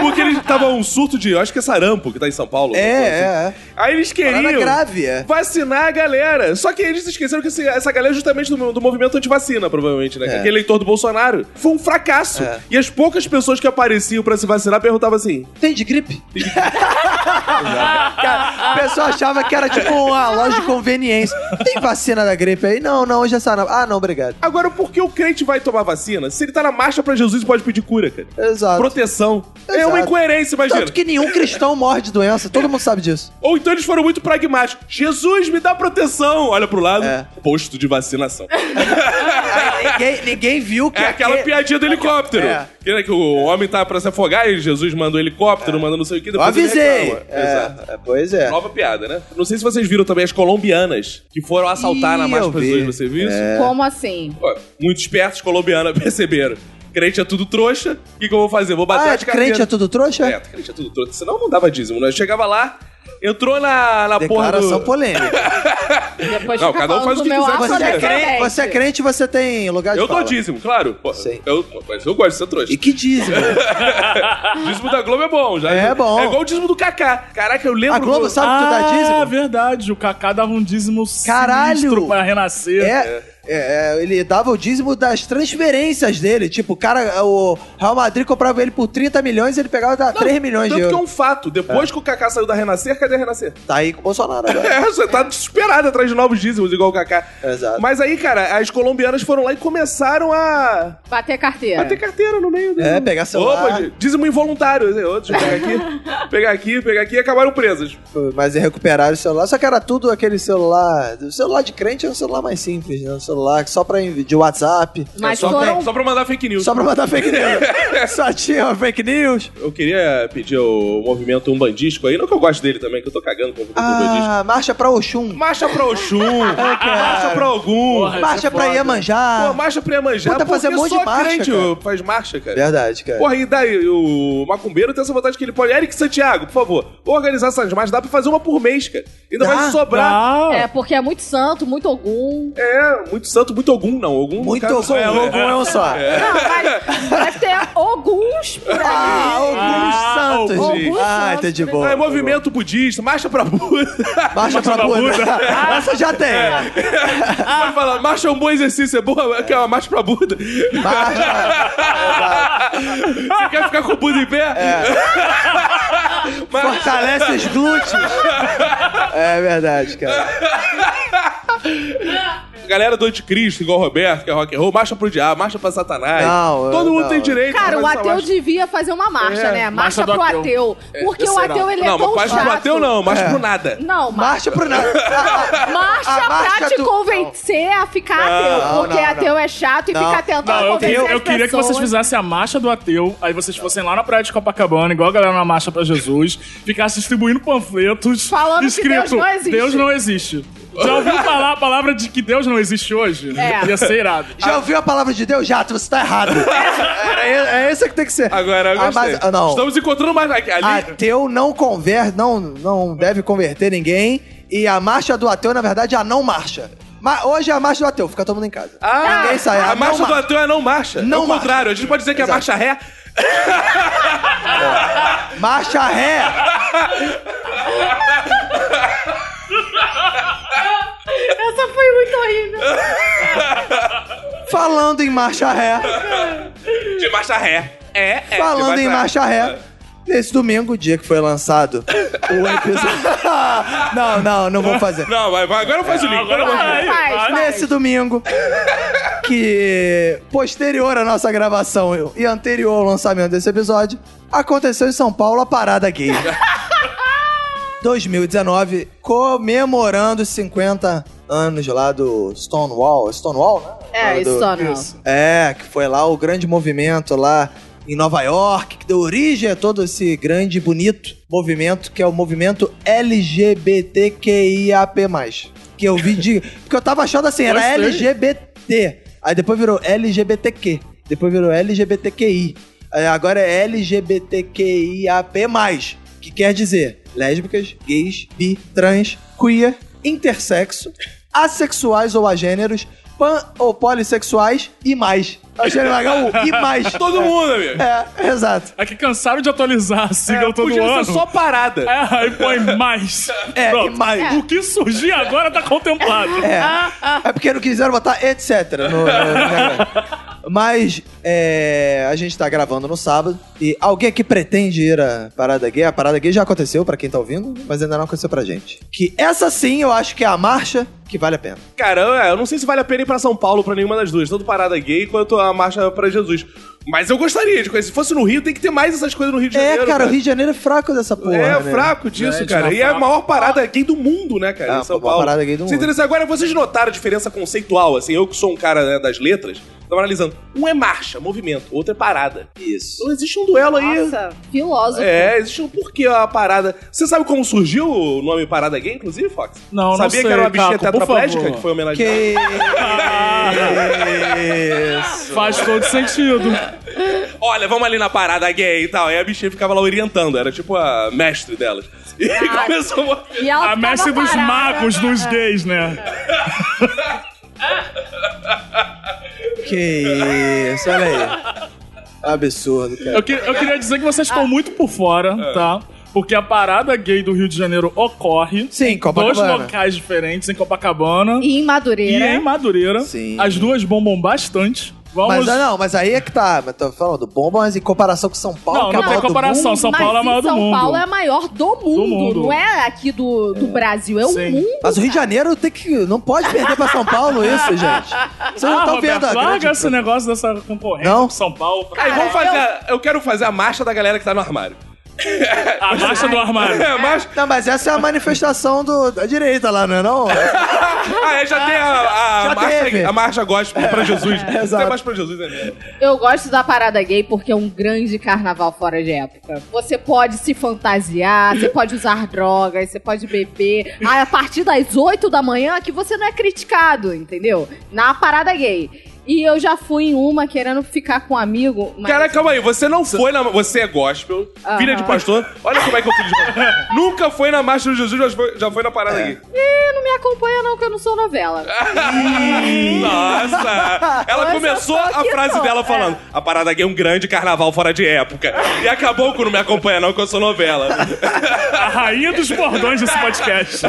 S3: Porque eles tava um surto de, eu acho que é sarampo que tá em São Paulo.
S2: É,
S3: alguma coisa
S2: é, é.
S3: assim. Aí eles
S2: Parada
S3: queriam
S2: grave, é.
S3: vacinar a galera. Só que eles esqueceram que esse- essa galera é justamente do, do movimento antivacina, provavelmente, né?
S2: É.
S3: Aquele eleitor do Bolsonaro. Foi um fracasso.
S2: É.
S3: E as poucas pessoas que apareciam pra se vacinar perguntavam assim:
S2: Tem de gripe? [laughs] Cara, o pessoal achava que era tipo uma loja de conveniência. Tem vacina da gripe aí? Não, não, hoje é sarampo. Ah, não, obrigado.
S3: agora por que o crente vai tomar vacina se ele tá na marcha pra Jesus e pode pedir cura, cara?
S2: Exato.
S3: proteção. É
S2: Exato.
S3: uma incoerência, imagina.
S2: Tanto que nenhum cristão morre de doença, todo mundo sabe disso.
S3: Ou então eles foram muito pragmáticos. Jesus, me dá proteção. Olha pro lado,
S2: É.
S3: posto
S2: [laughs]
S3: de vacinação.
S2: Aí ninguém, ninguém viu que
S3: É aquela
S2: aquele-
S3: piadinha do helicóptero.
S2: É.
S3: Que, né, que o homem tá pra se afogar e Jesus manda o helicóptero, manda não sei o que.
S2: É. Eu
S3: Depois ele
S2: avisei.
S3: reclama.
S2: É,
S3: Exato.
S2: é, pois é.
S3: Nova piada, né? Não sei se vocês viram também as colombianas que foram assaltar
S2: Ih,
S3: na
S2: eu
S3: Marcha pra
S2: vi. É.
S3: Jesus. Você viu isso?
S4: Como assim?
S3: Ó, Muito espertos colombianos [laughs] perceberam. Crente é tudo trouxa. O que, que eu vou fazer? Vou bater
S2: Ah,
S3: as
S2: crente é tudo trouxa?
S3: É, crente é tudo trouxa. Senão não dava dízimo. Nós chegava lá, entrou na, na porra do...
S2: Declaração polêmica.
S4: Depois
S3: Não,
S4: fica
S3: cada um
S4: falando
S3: faz o
S4: do
S3: que
S4: meu
S3: quiser com
S4: afrodescendente.
S2: Você é, crente, você é crente, você tem lugar de
S3: Eu dou
S2: fala.
S3: dízimo, claro. Pô,
S2: Sei.
S3: Eu, mas eu gosto de ser trouxa.
S2: E que
S3: [laughs]
S2: dízimo?
S3: dízimo da Globo é bom, já.
S2: É bom.
S3: É igual o dízimo do Kaká. Caraca, eu lembro.
S2: A Globo
S3: do-
S2: sabe que tu dá
S5: Ah,
S2: dízimo?
S5: verdade. O Kaká dava um dízimo
S2: Caralho!
S5: sinistro pra renascer.
S2: É, é, é, ele dava o dízimo das transferências dele. Tipo, o cara, o Real Madrid comprava ele por 30 milhões e ele pegava dava 3 milhões de
S3: Tanto que um é
S2: euros.
S3: um fato. Depois que o Kaká saiu da Renascer, cadê a Renascer?
S2: Tá aí com o Bolsonaro
S3: [laughs]
S2: agora.
S3: É, você tá desesperado atrás de novos dízimos, igual o Kaká.
S2: Exato.
S3: Mas aí, cara, as colombianas foram lá e começaram a,
S4: Bater carteira.
S3: a ter carteira no meio. do-
S2: É, pegar celular.
S3: Opa, dízimo involuntário. assim, Outros, pegar
S2: [laughs]
S3: aqui, pegar aqui, pegar aqui e acabaram presas.
S2: Mas recuperaram o celular. Só que era tudo aquele celular. O celular de crente era um celular mais simples, né? Um celular só pra envi- de WhatsApp.
S4: Mas
S3: É só,
S4: foram
S3: pra, só pra mandar fake news.
S2: Só pra mandar fake
S3: [laughs]
S2: news. só tinha fake news.
S3: Eu queria pedir o movimento umbandístico aí. Não que eu gosto dele também, que eu tô cagando com o movimento umbandístico.
S2: Ah, marcha pra Oxum.
S3: Marcha pra
S2: [laughs]
S3: Oxum, ah, marcha pra Ogum,
S5: Porra, isso
S2: Marcha
S5: é
S2: pra
S5: foda.
S2: Iemanjá.
S3: pô, marcha pra Iemanjá,
S2: Puta, fazer
S3: porque
S2: um monte
S3: só
S2: de marcha,
S3: crente
S2: cara. É.
S3: faz marcha, cara.
S2: Verdade, cara.
S3: Porra, e daí o macumbeiro tem essa vantagem que ele pode... Eric Santiago, por favor, organizar essas marchas, dá pra fazer uma por mês, cara. Ainda
S2: Dá,
S3: vai sobrar.
S5: Dá.
S4: É, porque é muito santo, muito algum.
S3: É, muito muito santo, muito algum não. Algum no
S2: Muito
S3: caso,
S2: Ogum,
S3: é,
S2: Ogum é um só.
S4: Não, mas deve ter alguns por
S2: [laughs] Ah,
S4: aí.
S2: Ogum
S3: Ah,
S2: Santos.
S3: Ogum
S2: ah,
S4: Santos.
S2: entendi, boa.
S3: É, movimento budista, marcha pra Buda.
S2: Baixa pra
S5: pra
S2: Buda. Essa já tem.
S3: É.
S2: Ah.
S3: [laughs] Pode falar, marcha é um bom exercício, é boa, que é uma marcha pra Buda.
S2: Baixa.
S3: Você quer ficar com o Buda em pé?
S2: Fortalece os glúteos. É verdade, cara. É.
S3: Galera do anticristo, igual o Roberto, que é rock and roll, marcha pro diabo, marcha pra satanás.
S2: Não, eu-
S3: Todo mundo
S2: não.
S3: tem direito.
S4: Cara,
S3: a
S4: o
S3: fazer essa
S4: ateu
S3: marcha.
S4: devia fazer uma marcha,
S3: É,
S4: né?
S5: marcha
S4: Marcha
S5: do
S4: pro
S5: ateu.
S4: ateu.
S2: É,
S4: Porque o
S5: será?
S4: ateu, ele
S3: Não,
S4: é tão
S3: mas
S4: chato.
S3: pro ateu não, marcha pro nada.
S4: Não, marcha.
S2: Marcha pro nada. Ah, A- a-
S4: Marcha
S2: a
S4: pra te
S2: do-
S4: convencer a ficar ateu.
S2: não,
S4: Porque
S2: não.
S4: ateu é chato e
S2: Não.
S4: fica tentando
S5: Não, eu,
S4: convencer
S5: eu,
S4: as
S5: eu queria que vocês
S4: pessoas.
S5: fizessem a marcha do ateu, aí vocês fossem lá na praia de Copacabana, igual a galera na marcha pra Jesus, ficassem distribuindo panfletos
S4: Falando que
S5: escrito
S4: Deus não existe.
S5: "Deus não existe". Já ouviu falar a palavra de que Deus não existe hoje?
S4: É.
S5: Ia ser irado.
S2: Já ouviu a palavra de Deus? Jato, você tá errado. É, é, é essa que tem que ser.
S3: Agora, eu
S2: Ah,
S3: gostei.
S2: mas- ah, não.
S3: Estamos encontrando mais aqui. Ali,
S2: Ateu não converte, não, não deve converter ninguém. E a marcha do ateu, na verdade, é a não marcha. Mas hoje é a marcha do ateu, fica todo mundo em casa.
S3: Ah,
S2: ninguém sai. é
S3: a
S2: não
S3: marcha do ateu é não marcha.
S2: Não
S3: é o
S2: marcha.
S3: contrário, a gente pode dizer que é
S2: Exato.
S3: marcha ré.
S2: Marcha ré.
S4: Essa foi muito horrível.
S2: Falando em marcha ré.
S3: De marcha ré. É, é. de
S2: Falando em marcha ré. Nesse domingo, dia que foi lançado o episódio. não, não, não vou fazer.
S3: Não, vai, vai, agora faz o link.
S5: É, Agora
S3: pelo amor de
S5: vai.
S3: Deus.
S4: Faz, faz.
S2: Nesse domingo, que posterior à nossa gravação e anterior ao lançamento desse episódio, aconteceu em São Paulo a Parada Gay. 2019, comemorando os 50 anos lá do Stonewall. Stonewall, né?
S4: É,
S2: Lá do-
S4: isso só não.
S2: É, que foi lá o grande movimento lá em Nova York, que deu origem a todo esse grande e bonito movimento, que é o movimento LGBTQIAP+. Que eu vi de... Porque eu tava achando assim, era
S5: Gostei.
S2: LGBT. Aí depois virou LGBTQ. Depois virou LGBTQI. Aí agora é LGBTQIAP+. Que quer dizer lésbicas, gays, bi, trans, queer, intersexo, assexuais ou agêneros, pan ou polissexuais e mais. Achei legal o e mais.
S3: Todo mundo, amigo.
S2: É, exato.
S5: É que cansaram de
S4: É,
S5: atualizar assim, a sigla todo
S3: Podia
S5: ano.
S3: ser só parada.
S5: É, aí põe mais.
S2: É,
S5: Pronto.
S2: e mais.
S5: O que surgir agora tá contemplado.
S2: É.
S3: Ah,
S4: Ah,
S2: É porque não quiseram botar etc. no- no- no- Mas é, a gente tá gravando no sábado e alguém aqui pretende ir à Parada Gay. A Parada Gay já aconteceu pra quem tá ouvindo, mas ainda não aconteceu pra gente. Que essa sim eu acho que é a marcha que vale a pena.
S3: Cara, eu, eu não sei se vale a pena ir pra São Paulo pra nenhuma das duas, tanto Parada Gay quanto a Marcha pra Jesus. Mas eu gostaria de conhecer. Se fosse no Rio, tem que ter mais essas coisas no Rio de Janeiro.
S2: é, cara, o Rio de Janeiro é fraco dessa porra.
S3: É,
S2: né?
S3: fraco disso,
S5: Gente,
S3: cara.
S5: não,
S3: E é a
S5: fraco.
S3: maior parada gay do mundo, né, cara?
S2: Ah,
S3: em São
S2: a maior
S3: Paulo.
S2: parada gay do
S3: Se
S2: mundo.
S3: interessa- Agora, vocês notaram a diferença conceitual, assim, eu que sou um cara né, das letras, tava analisando. Um é marcha, movimento, outro é parada. Isso. Então existe um duelo aí.
S4: Nossa, filósofo.
S3: É, existe um porquê a parada. Você sabe como surgiu o nome Parada Gay, inclusive, Fox?
S5: Não, não
S3: Sabia
S5: sei,
S3: que era uma bichinha
S5: Caco, por
S3: tetraplégica
S5: favor.
S3: que foi homenageada?
S2: Que
S5: Faz todo sentido.
S3: Olha, vamos ali na parada gay e tal. Aí a bichinha ficava lá orientando, era tipo a mestre delas. E começou a...
S4: E ela
S5: A
S4: ficava
S5: mestre dos
S4: parada.
S5: magos dos gays, né?
S2: Que isso, olha aí. Absurdo, cara.
S5: Eu, que- eu queria dizer que vocês estão muito por fora, tá? Porque a parada gay do Rio de Janeiro ocorre
S2: Sim,
S5: em dois
S2: Copacabana.
S5: locais diferentes, em Copacabana
S4: E
S5: e,
S4: é? em Madureira.
S5: em Madureira.
S2: Sim.
S5: As duas bombam bastante. Vamos.
S2: Mas ah, não, mas aí é que tá. Mas tô falando, bomba, mas em comparação com São Paulo,
S5: Não,
S2: que é a
S5: não tem
S2: maior do
S5: comparação.
S2: mundo.
S5: São Paulo é a
S4: em
S5: maior do
S4: São
S5: mundo.
S4: Paulo é a maior do mundo.
S5: mundo.
S4: Não é aqui do, do Brasil, é
S5: Sim.
S4: o mundo.
S2: Mas o Rio de Janeiro tem que. Não pode perder pra São Paulo isso, gente. Vocês não
S5: Ah,
S2: estão
S5: Roberto,
S2: vendo a
S5: larga
S2: grande...
S3: né?
S5: esse negócio dessa concorrência
S2: Não?
S5: com São Paulo.
S3: Aí vamos fazer. a- Eu quero fazer a marcha da galera que tá no armário. [laughs]
S5: A marcha do armário.
S3: É, marcha.
S2: Não, mas essa é a manifestação do, da direita lá, não é não?
S3: Ah, é, já tem a, a
S2: Já
S3: marcha,
S2: teve.
S3: a marcha gospel pra Jesus.
S2: exato.
S3: Tem mais pra Jesus é mesmo.
S4: Eu gosto da parada gay porque é um grande carnaval fora de época. Você pode se fantasiar, você pode usar drogas, você pode beber. Aí, A partir das 8 da manhã que você não é criticado, entendeu? Na parada gay. E eu já fui em uma querendo ficar com um amigo. Mas...
S3: Cara, calma aí, você não foi na. Você é gospel,
S4: Aham.
S3: filha de pastor. Olha como é que eu filho de pastor. Nunca foi na marcha de Jesus, mas foi- já foi na parada aqui.
S4: Ih, não me acompanha não, que eu não sou novela.
S3: Nossa! Ela
S4: Mas
S3: começou
S4: eu tô
S3: a
S4: aqui,
S3: frase
S4: não,
S3: dela
S4: é.
S3: falando: a parada aqui é um grande carnaval fora de época. E acabou com não me acompanha, não, que eu sou novela.
S5: A rainha dos bordões desse podcast.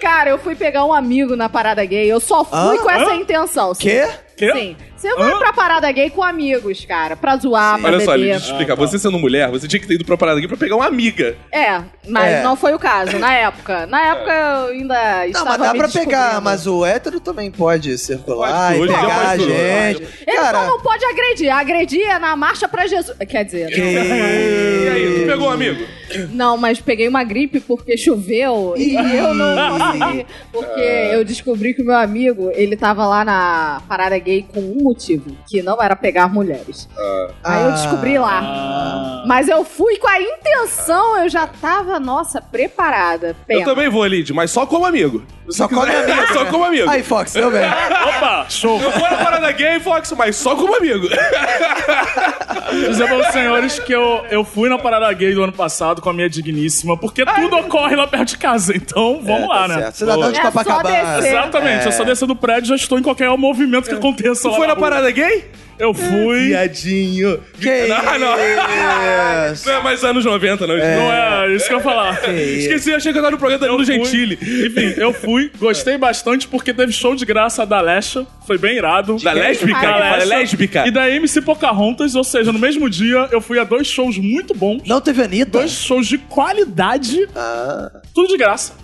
S4: Cara, eu fui pegar um amigo na parada gay. Eu só fui
S2: Hã?
S4: com essa intenção. sim.
S2: Quê?
S5: Quê?
S4: Sim. Você vai pra parada gay com amigos, cara. Pra zoar, pra
S3: Olha só,
S4: beber.
S3: deixa eu te explicar. Você sendo mulher, você tinha que ter ido pra parada aqui pra pegar uma amiga.
S4: É, mas
S2: É.
S4: não foi o caso, na época.
S3: É.
S4: Na época eu ainda
S2: Não,
S4: estava
S2: mas dá
S4: me
S2: pra pegar,
S4: descobrindo.
S2: mas o hétero também pode circular
S3: Pode,
S2: e
S3: hoje em dia
S2: pegar a
S3: pode tudo,
S2: gente.
S4: Ele só
S2: Cara,
S4: não pode agredir. Agredir é na marcha pra Jesus. Quer dizer,
S3: E aí, tu pegou um amigo?
S4: não, mas peguei uma gripe porque choveu e
S2: Ih.
S4: eu não consegui. Porque eu descobri que o meu amigo, ele tava lá na parada gay com um motivo, que não era pegar mulheres. Aí eu descobri lá. Mas eu fui com a intenção, eu já tava, nossa, preparada.
S3: Eu
S4: Pena.
S3: também vou, Lid, mas só como amigo.
S2: Só como amigo.
S3: só como amigo.
S2: Aí, Fox, deu bem.
S5: Opa, show.
S3: Eu vou na parada gay, Fox, mas só como amigo.
S5: Dizer para os senhores que eu, eu fui na parada gay do ano passado com a minha digníssima, porque tudo ocorre lá perto de casa. Então, vamos lá, né?
S2: tá Certo. Cidadão de
S4: É só
S2: Copacabana. É.
S4: descer.
S3: é
S5: Exatamente, eu só desço do prédio já estou em qualquer movimento que aconteça
S3: Tu
S5: lá.
S3: foi É. na
S5: rua.
S3: parada gay?
S5: Eu fui.
S3: Piadinho.
S2: Que
S3: Não, [laughs] não.
S2: isso?
S3: Não é mais anos 90, não.
S5: Não é isso que eu
S3: [laughs]
S5: ia falar.
S3: Esqueci, achei que eu tava no programa do Danilo
S5: fui.
S3: Gentili.
S5: Enfim, eu fui, gostei bastante porque teve show de graça da Lesha, foi bem irado.
S3: Da lésbica?
S4: Cara,
S3: Ah, Que fala
S5: Lesha.
S3: lésbica?
S5: E da MC Pocahontas, ou seja, no mesmo dia eu fui a dois shows muito bons.
S2: Não teve Anitta?
S5: Dois shows de qualidade,
S2: Ah,
S5: tudo de graça.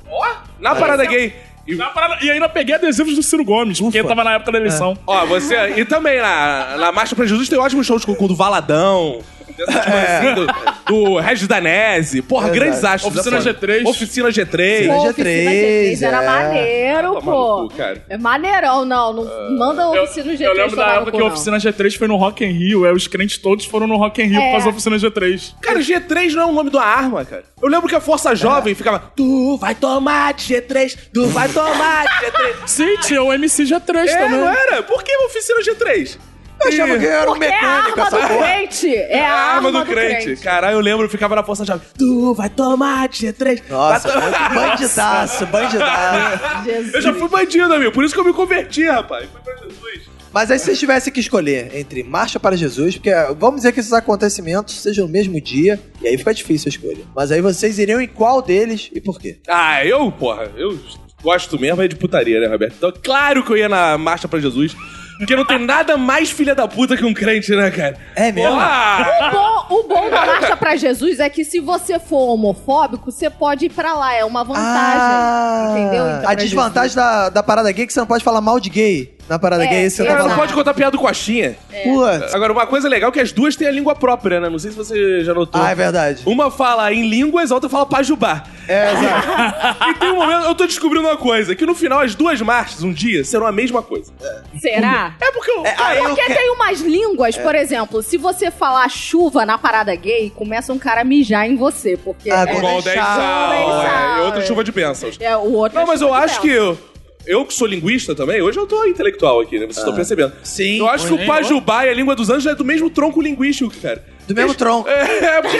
S3: Na parada gay. E,
S5: Na parada- E ainda peguei adesivos do Ciro Gomes, porque tava na época da eleição.
S3: ó, você... E também na, na Marcha pra Jesus tem ótimos shows com, com o do Valadão. [laughs] dessas coisas assim, Do, do Regis Danese. Porra,
S2: Exato.
S3: grandes astros.
S5: Oficina
S3: essa-
S5: G3.
S3: Oficina G3.
S4: Pô,
S2: G3,
S4: oficina G3 era
S2: é.
S4: maneiro,
S3: Toma
S4: pô.
S3: no cu, cara.
S4: É maneirão, não. não manda a
S5: Eu,
S4: oficina G3
S5: eu lembro da
S4: tomar no
S5: época
S4: cu,
S5: que a
S4: não.
S5: oficina G3 foi no Rock in Rio, aí os crentes todos foram no Rock in Rio
S4: É.
S5: pra fazer a oficina G3.
S3: Cara, G3 não é o nome de uma arma, cara. Eu lembro que a Força Jovem ficava... Tu vai tomar de G3, tu vai tomar de G3. [laughs]
S5: Sim, tinha o MC G3
S3: É,
S5: também.
S3: não era? Por que oficina G3?
S2: eu achava que era um
S4: Porque é a
S2: mecânico
S4: arma
S2: essa
S4: do
S2: porra.
S4: crente. É
S3: a arma do, crente. Caralho, eu lembro, eu ficava na força chave. Tu vai tomar de G3.
S2: Nossa,
S3: vai tomar-
S2: bandidaço, bandidaço.
S4: Jesus.
S3: Eu já fui bandido, amigo. Por isso que eu me converti, rapaz. Fui pra Jesus.
S2: Mas aí se vocês tivessem que escolher entre Marcha para Jesus, porque ah, vamos dizer que esses acontecimentos sejam no mesmo dia, e aí fica difícil a escolha. Mas aí vocês iriam em qual deles e por quê?
S3: Ah, eu, porra, eu gosto mesmo é de putaria, né, Roberto? Então, claro que eu ia na marcha pra Jesus. Porque não
S2: [laughs]
S3: tem nada mais filha da puta que um crente, né, cara?
S2: É mesmo?
S3: Porra!
S4: O bom, o bom da marcha pra Jesus é que se você for homofóbico, você pode ir pra lá. É uma vantagem.
S2: Ah,
S4: entendeu? Então,
S2: a
S4: pra
S2: desvantagem
S4: Jesus.
S2: da, da parada gay é que você não pode falar mal de gay. Na parada
S4: É,
S2: gay, isso você
S4: eu
S2: tá
S3: Cara,
S2: falando.
S3: não pode contar piada do coxinha.
S2: Putz.
S3: Agora, uma coisa legal é que as duas têm a língua própria, né? Não sei se você já notou.
S2: Ah, é verdade.
S3: Uma fala em línguas, a outra fala pajubá.
S2: É, exato.
S3: E tem um momento, eu tô descobrindo uma coisa, que no final as duas marchas, um dia, serão a mesma coisa.
S4: Será?
S3: É porque eu... cara,
S2: aí eu
S4: Porque
S2: quero-
S4: tem umas línguas, por exemplo, se você falar chuva na parada gay, começa um cara a mijar em você, porque
S2: Ah,
S4: é,
S2: bom.
S3: Igual
S2: Golden
S3: 10
S4: Shower.
S3: é, e outra chuva de bênçãos.
S4: é o outro.
S3: Não, mas eu
S4: chuva de
S3: acho que
S4: mel.
S3: eu... Eu que sou linguista também, hoje eu tô intelectual aqui, né? Vocês estão percebendo.
S2: Ah. Sim.
S3: Eu acho que o Pajubá e a língua dos anjos é do mesmo tronco linguístico, cara.
S2: Do mesmo tronco.
S3: É, porque...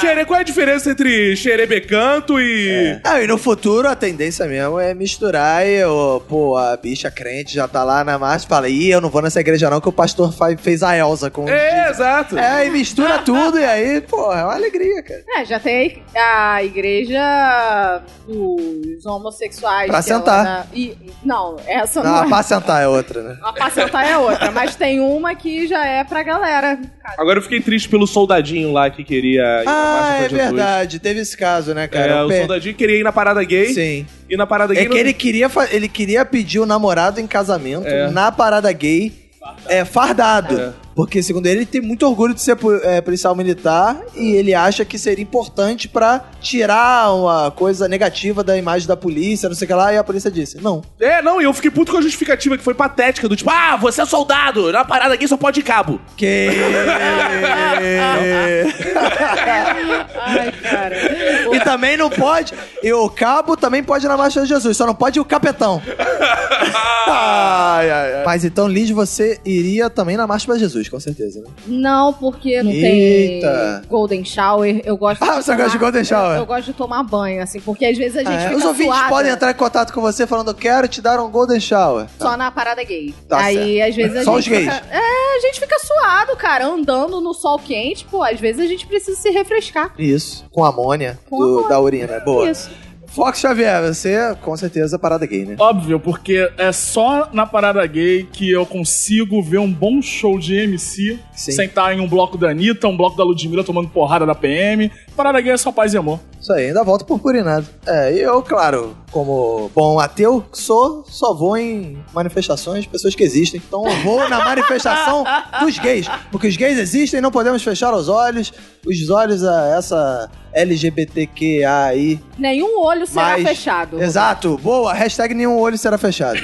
S3: Xere- Qual é a diferença entre xerebecanto e...
S2: Ah, e no futuro a tendência mesmo é misturar e, ô, pô, a bicha crente já tá lá na marcha e fala, ih, eu não vou nessa igreja não, que o pastor fa- fez a Elsa com...
S3: É, exato.
S2: É, e mistura tudo, e aí, pô, é uma alegria, cara.
S4: É, já tem a igreja dos homossexuais.
S2: Pra
S4: que é lá
S2: sentar.
S4: na- e- não, essa
S2: Não,
S4: não,
S2: a
S4: é.
S2: pacentar é outra, né?
S4: A pra sentar é outra, mas tem uma que já é pra galera.
S3: Agora eu fiquei triste pelo soldadinho lá que queria... ir na marcha
S2: Ah,
S3: pra
S2: é
S3: Jesus.
S2: verdade, teve esse caso, né, cara?
S3: É, o
S2: Pe-
S3: soldadinho queria ir na parada gay.
S2: Sim.
S3: E na parada gay.
S2: É que ele queria, fa- ele queria pedir o namorado em casamento
S3: É.
S2: na parada gay. É, fardado.
S3: É.
S2: Porque, segundo ele, ele tem muito orgulho de ser po- é, policial militar e ele acha que seria importante pra tirar uma coisa negativa da imagem da polícia, não sei o que lá. E a polícia disse: não.
S3: É, não, e eu fiquei puto com a justificativa que foi patética, do tipo, ah, você é soldado, na parada gay só pode ir cabo.
S2: Que.
S4: Ai, cara.
S2: e também não pode. E o cabo também pode ir na marcha de Jesus, só não pode ir o capetão.
S5: Ai, ai,
S3: É.
S5: ai.
S2: Mas então, Liz, você iria também na Marcha pra Jesus, com certeza, né?
S4: Não, porque não
S2: Eita.
S4: tem Golden Shower. Eu gosto
S2: Ah, você gosta de Golden Shower?
S4: Eu, eu gosto de tomar banho, assim, porque às vezes a gente
S2: Ah, é.
S4: fica
S2: Os ouvintes
S4: suada
S2: podem entrar em contato com você falando: quero te dar um Golden Shower.
S4: Só na parada gay.
S2: Tá
S4: Aí, às vezes, a
S2: Só
S4: gente
S2: os gays.
S4: Fica, é, a gente fica suado, cara, andando no sol quente. Pô, às vezes a gente precisa se refrescar.
S2: Isso. Com amônia
S4: Com
S2: do-
S4: amônia.
S2: da urina. Boa.
S4: Isso.
S2: Fox Xavier, você com certeza parada gay, né?
S5: Óbvio, porque é só na parada gay que eu consigo ver um bom show de MC
S2: Sim.
S5: sentar em um bloco da Anitta, um bloco da Ludmilla tomando porrada da PM. Parada gay é só paz e amor.
S2: Isso aí, ainda volta purpurinado. É, e eu, claro, como bom ateu que sou, só vou em manifestações de pessoas que existem. Então eu vou na
S4: [laughs]
S2: manifestação dos gays. Porque os gays existem, não podemos fechar os olhos, os olhos a essa LGBTQAI.
S4: Nenhum olho será
S2: Mas- é,
S4: fechado.
S2: Exato, boa, hashtag nenhum olho será fechado.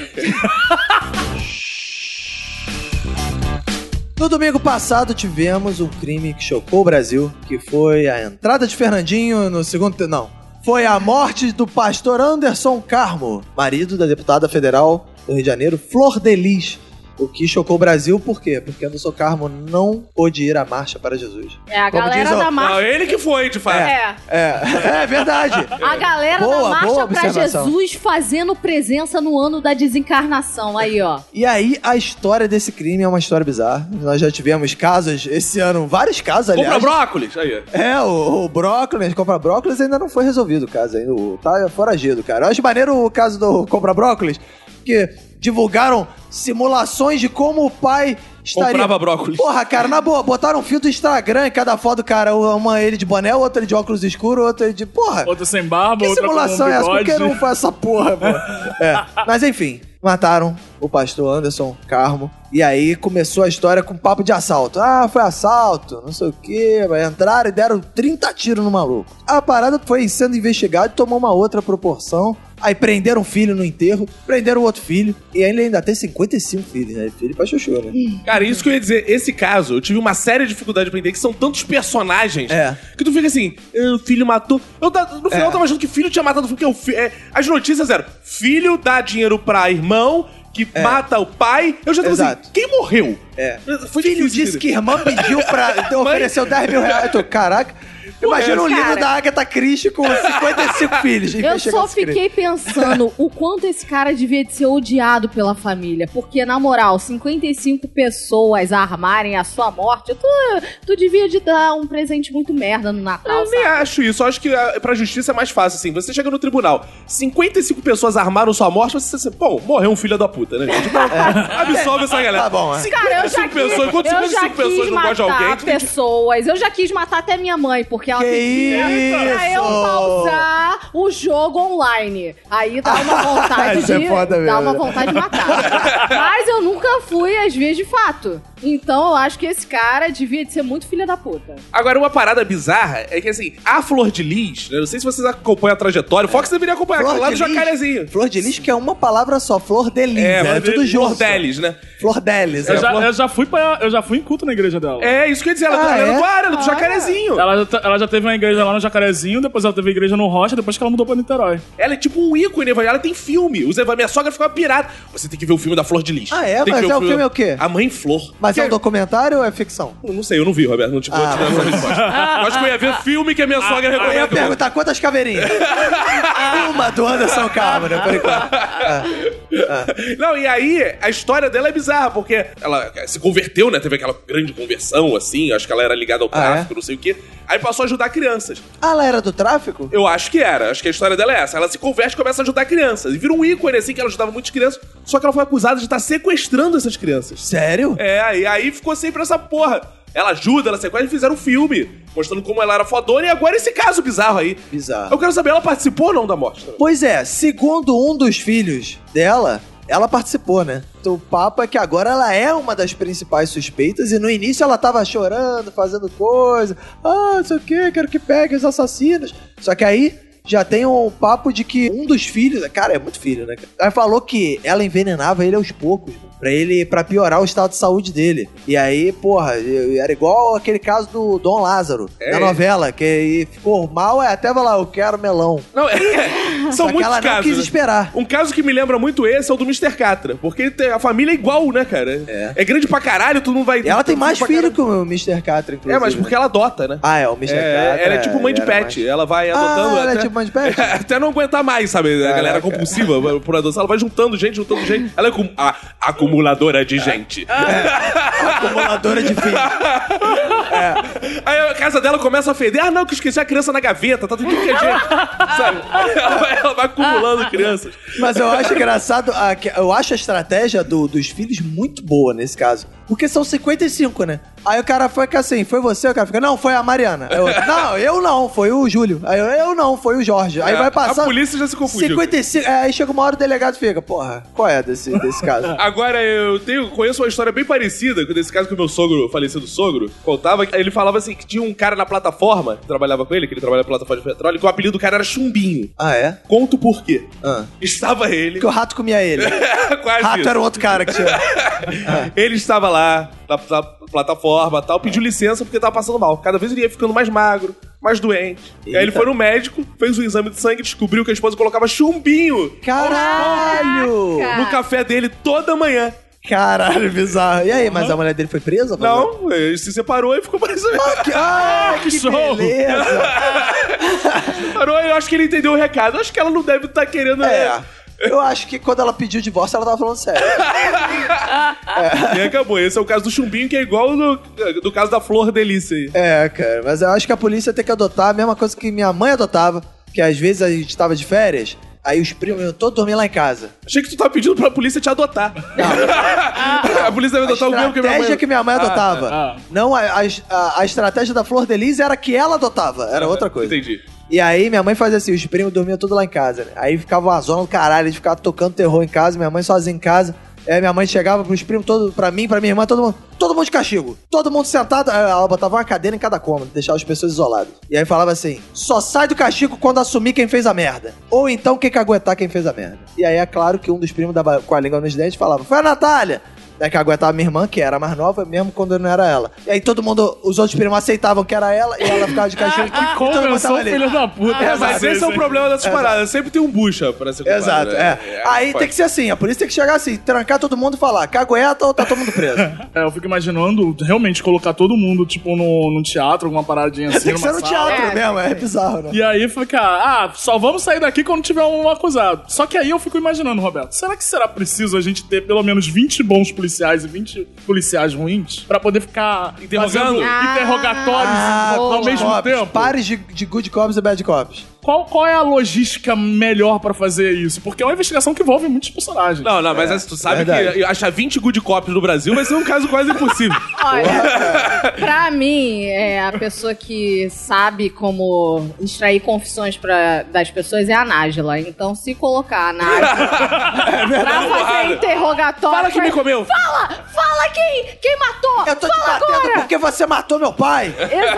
S2: No domingo passado tivemos um crime que chocou o Brasil, que foi a entrada de Fernandinho no segundo. te- Não. Foi a morte do pastor Anderson Carmo, marido da deputada federal do Rio de Janeiro, Flor Delis. O que chocou o Brasil, por quê? Porque Anderson Carmo não pôde ir à marcha para Jesus.
S4: É, a
S2: Como
S4: galera
S2: diz o-
S4: da marcha.
S3: Não, ele que foi, de fato.
S4: É.
S2: [laughs] É, é verdade.
S4: A galera
S2: Boa,
S4: da
S2: boa
S4: Marcha pra
S2: observação.
S4: Jesus fazendo presença no ano da desencarnação. Aí, ó.
S2: E aí, a história desse crime é uma história bizarra. Nós já tivemos casos esse ano, vários casos, aliás.
S3: Compra brócolis. Aí.
S2: É, o, o Brócolis, compra Brócolis ainda não foi resolvido o caso ainda. o- Tá foragido, cara. Eu acho maneiro o caso do compra Brócolis, que divulgaram simulações de como o pai estaria...
S3: Comprava brócolis.
S2: Porra, cara, na boa, botaram um fio do Instagram em cada foto, cara. Uma ele de boné, outra ele de óculos escuros, outra ele de... Porra!
S5: Outra sem barba,
S2: É. Que
S5: outra com um
S2: simulação é essa? Por que
S5: bigode.
S2: não faz essa porra, pô? É. Mas enfim, mataram o pastor Anderson Carmo. E aí começou a história com papo de assalto. Ah, foi assalto, não sei o quê. Mas Entraram e deram 30 tiros no maluco. A parada foi sendo investigada e tomou uma outra proporção. Aí prenderam um filho no enterro, prenderam outro filho. E aí ele ainda tem 55 filhos, né? Filho pra chuchu, né?
S3: Cara, isso que eu ia dizer. Esse caso, eu tive uma séria dificuldade pra entender que são tantos personagens
S2: É.
S3: que tu fica assim, "Ah, o filho matou... Eu, ta- no
S2: É.
S3: final eu tava achando que filho tinha matado... Porque o fi- é, as notícias eram, filho dá dinheiro pra irmão... Que mata o pai. Eu já tava
S2: É. Exato.
S3: assim, quem morreu?
S2: É.
S3: Foi
S2: filho
S3: difícil
S2: disse
S3: entender.
S2: que irmã pediu pra. ofereceu 10 mil reais. Eu tô, caraca. Imagina um
S4: Cara.
S2: livro da Agatha Christie com 55 filhos.
S4: Eu
S2: investigando
S4: só
S2: esse crime.
S4: fiquei pensando o quanto esse cara devia de ser odiado pela família. Porque, na moral, 55 pessoas armarem a sua morte, tu, tu devia de dar um presente muito merda no Natal,
S3: Eu nem
S4: sabe?
S3: acho isso. Eu acho que ah, pra justiça é mais fácil, assim. Você chega no tribunal, 55 pessoas armaram sua morte, você assim, bom, morreu um filho da puta, né,
S2: [laughs]
S3: gente? Então, absolve essa galera.
S2: Tá bom, é.
S4: Cara, eu já quis,
S3: pessoas, enquanto
S4: eu
S3: 55
S4: já
S3: pessoas
S4: quis
S3: não gostam de alguém,
S4: matar
S3: tu tem que-
S4: pessoas. Eu já quis matar até minha mãe, porque ela
S2: Que
S4: pedia pra
S2: isso?
S4: eu pausar o jogo online. Aí dá
S2: [laughs]
S4: uma vontade
S2: Isso é
S4: de...
S2: foda mesmo,
S4: dá uma
S2: né?
S4: vontade de matar. Mas eu nunca fui às vias de fato. Então eu acho que esse cara devia de ser muito filha da puta.
S3: Agora, uma parada bizarra é que, assim, a Flor de Lis, né, não sei se vocês acompanham a trajetória, o Fox deveria acompanhar,
S2: É. Flor
S3: aquela lá
S2: de
S3: do
S2: lis?
S3: jacarezinho.
S2: Flor de lis, que é uma palavra só. Flor de lis. É,
S3: mas
S2: tudo
S3: ele-
S2: junto.
S3: Flor Delis, né?
S2: Flor delis.
S5: Eu
S2: é.
S5: já, eu já fui pra, eu já fui em culto na igreja dela.
S3: É, isso que eu ia dizer, ela
S2: Ah,
S3: tá
S2: é?
S3: do ar, ela é do jacarezinho.
S5: Ela, já, ta- ela já teve uma igreja lá no Jacarezinho, depois ela teve igreja no Rocha, depois que ela mudou pra Niterói.
S3: Ela é tipo um ícone evangélica, ela tem filme. Os eva- Minha sogra ficava pirada. Você tem que ver o filme da Flor de Lis.
S2: Ah, é?
S3: Tem que
S2: Mas
S3: ver
S2: é o filme é o quê?
S3: A Mãe Flor.
S2: Mas é um
S3: Que-
S2: documentário ou é ficção?
S3: Eu Não sei, eu não vi, Roberto. Não te vou te dar essa resposta. Eu acho que eu ia ver filme que a minha sogra
S2: Ah. Eu ia
S3: recomendou.
S2: perguntar quantas caveirinhas? uma do Anderson Carmo, né? Por enquanto.
S3: [laughs] Não, e aí a história dela é bizarra, porque ela se converteu, né? Teve aquela grande conversão, assim. Acho que ela era ligada ao
S2: Ah, é?
S3: tráfico, não sei o quê. Aí passou a ajudar crianças.
S2: Ah, ela era do tráfico?
S3: Eu acho que era. Acho que a história dela é essa. Ela se converte e começa a ajudar crianças. E vira um ícone, assim, que ela ajudava muitas crianças. Só que ela foi acusada de estar sequestrando essas crianças.
S2: Sério?
S3: É, e aí ficou sempre essa porra. Ela ajuda, ela sequestra e fizeram um filme. Mostrando como ela era fodona. E agora esse caso bizarro aí.
S2: Bizarro.
S3: Eu quero saber, ela participou ou não da mostra?
S2: Pois é, segundo um dos filhos dela, ela participou, né? Então, o papo é que agora ela é uma das principais suspeitas e no início ela tava chorando, fazendo coisa. Ah, não sei o que, quero que pegue os assassinos. Só que aí já tem um papo de que um dos filhos, cara, é muito filho, né? cara? Aí falou que ela envenenava ele aos poucos. né? Pra ele, pra piorar o estado de saúde dele. E aí, porra, eu- era igual aquele caso do Dom Lázaro,
S3: É.
S2: da novela, que aí ficou mal, é até vai lá, eu quero melão.
S3: Não, é,
S2: [laughs]
S3: são
S2: Só que
S3: muitos
S2: ela não
S3: casos.
S2: quis
S3: né?
S2: esperar.
S3: Um caso que me lembra muito esse é o do Mr. Catra. Porque ele tem- a família é igual, né, cara?
S2: É.
S3: grande pra caralho, tu não vai.
S2: E ela tem
S3: tu-
S2: mais
S3: pra
S2: filho
S3: caralho.
S2: que o Mr. Catra, inclusive.
S3: É, mas porque ela adota, né?
S2: Ah, é, o Mr.
S3: É,
S2: Catra.
S3: ela é tipo mãe de
S2: era
S3: pet. Ela vai
S2: mais-
S3: adotando.
S2: Ah, ela é
S3: até...
S2: tipo mãe de pet?
S3: [laughs] até não aguentar mais, sabe? A galera é compulsiva [laughs] por adoção. Ela vai juntando gente, juntando gente. Ela é acu- a- acumuladora de gente.
S2: Ah. Acumuladora de filhos.
S3: Aí a casa dela começa a feder. Ah, não, que eu esqueci a criança na gaveta. Tá tudo que é
S2: [laughs]
S3: gente. Sabe? Ela vai, ela
S2: Ah.
S3: vai acumulando crianças.
S2: Mas eu acho engraçado, a, que- eu acho a estratégia do- dos filhos muito boa nesse caso. Porque são 55, né? Aí o cara fica assim, foi você? O cara fica, não, foi a Mariana. Aí o outro, não, eu não, foi o Júlio. Aí eu, eu não, foi o Jorge. Aí
S3: É,
S2: vai passar...
S3: a polícia já se confundiu.
S2: 55, é, aí chega uma hora o delegado fica, porra, qual é desse, desse
S3: [laughs]
S2: caso?
S3: Agora, eu tenho, conheço uma história bem parecida, que nesse caso que o meu sogro, falecido sogro, contava. que Ele falava assim que tinha um cara na plataforma, que trabalhava com ele, que ele trabalhava na plataforma de petróleo, que o apelido do cara era Chumbinho.
S2: ah, é?
S3: Conto por quê.
S2: Ah.
S3: Estava ele...
S2: Porque o rato comia ele.
S3: [laughs] Quase
S2: Rato
S3: isso.
S2: era um outro cara que tinha...
S3: Ele estava lá, na, na plataforma e tal, pediu licença porque tava passando mal. Cada vez ele ia ficando mais magro, mais doente. E aí ele
S2: Eita.
S3: foi no médico, fez um exame de sangue, descobriu que a esposa colocava chumbinho
S2: Caralho!
S3: no café dele toda manhã.
S2: Caralho, bizarro. E aí, mas a mulher dele foi presa?
S3: Não, ele se separou e ficou mais
S2: Ah, que,
S5: show!
S2: beleza!
S3: separou. Eu acho que ele entendeu o recado. Eu acho que ela não deve estar querendo...
S2: [laughs]
S3: né?
S2: É. Eu acho que quando ela pediu o divórcio, ela tava falando sério.
S3: E acabou. Esse é o caso do chumbinho, que é igual ao do, do caso da flor delícia aí.
S2: [laughs] É, cara, mas eu acho que a polícia tem que adotar a mesma coisa que minha mãe adotava, que às vezes a gente tava de férias, aí os primos iam todos dormir lá em casa.
S3: Achei que tu tava pedindo pra polícia te adotar. [laughs] a polícia deve
S2: A
S3: adotar o mesmo que minha mãe...
S2: estratégia que minha mãe tá. adotava.
S5: ah, ah.
S2: Não, a, a- a- a estratégia da Flor Delise era que ela adotava, era outra coisa.
S3: Entendi.
S2: E aí minha mãe fazia assim, os primos dormiam tudo lá em casa, né? Aí ficava uma zona do caralho, eles ficavam tocando terror em casa, minha mãe sozinha em casa. Aí minha mãe chegava pros primos, todo, pra mim, pra minha irmã, todo mundo, todo mundo de castigo. Todo mundo sentado, aí ela botava uma cadeira em cada cômodo, deixava as pessoas isoladas. E aí falava assim, só sai do castigo quando assumir quem fez a merda. Ou então quem caguetar quem fez a merda. E aí é claro que um dos primos dava com a língua nos dentes falava, foi a Natália! Daí que aguentava minha irmã, que era mais nova, mesmo quando eu não era ela. E aí todo mundo, os outros primos aceitavam que era ela, e ela ficava de castigo. e
S5: Ah,
S3: Então
S2: todo mundo
S5: Convenção,
S2: tava ali.
S5: um filho da puta.
S3: É, mas esse é o problema dessas paradas. Sempre tem um bucha pra ser culpado,
S2: Exato,
S3: né?
S2: é. Aí tem que ser assim, a polícia tem que chegar assim, trancar todo mundo e falar, cagueta ou tá todo mundo
S5: [laughs]
S2: preso.
S5: É, eu fico imaginando realmente colocar todo mundo, tipo, no, num teatro, alguma paradinha assim.
S2: tem que ser
S5: numa
S2: no
S5: sala.
S2: teatro
S4: É,
S2: mesmo, é bizarro, né?
S5: E aí fica, ah, só vamos sair daqui quando tiver um acusado. Só que aí eu fico imaginando, Roberto, será que será preciso a gente ter pelo menos 20 bons policiais e 20 policiais ruins pra poder ficar
S3: Interrogando?
S5: fazendo
S4: Ah,
S5: interrogatórios Ah, ao
S3: Ah,
S2: good
S5: mesmo
S2: cops,
S5: tempo?
S2: Pares de, de good cops e bad cops.
S5: Qual, qual é a logística melhor pra fazer isso? Porque é uma investigação que envolve muitos personagens.
S3: Não, não, mas assim, tu sabe
S2: É, verdade.
S3: que achar 20 good cops no Brasil vai ser um caso quase impossível.
S4: Olha, pra mim, é, a pessoa que sabe como extrair confissões pra- das pessoas é a Nájila. Então, se colocar a
S3: [laughs]
S4: Nájila pra fazer interrogatório...
S3: É Fala que me comeu.
S4: Fala! Fala quem, quem matou!
S2: Eu tô te
S4: Fala
S2: batendo
S4: agora!
S2: porque você matou meu
S5: [laughs]
S2: pai.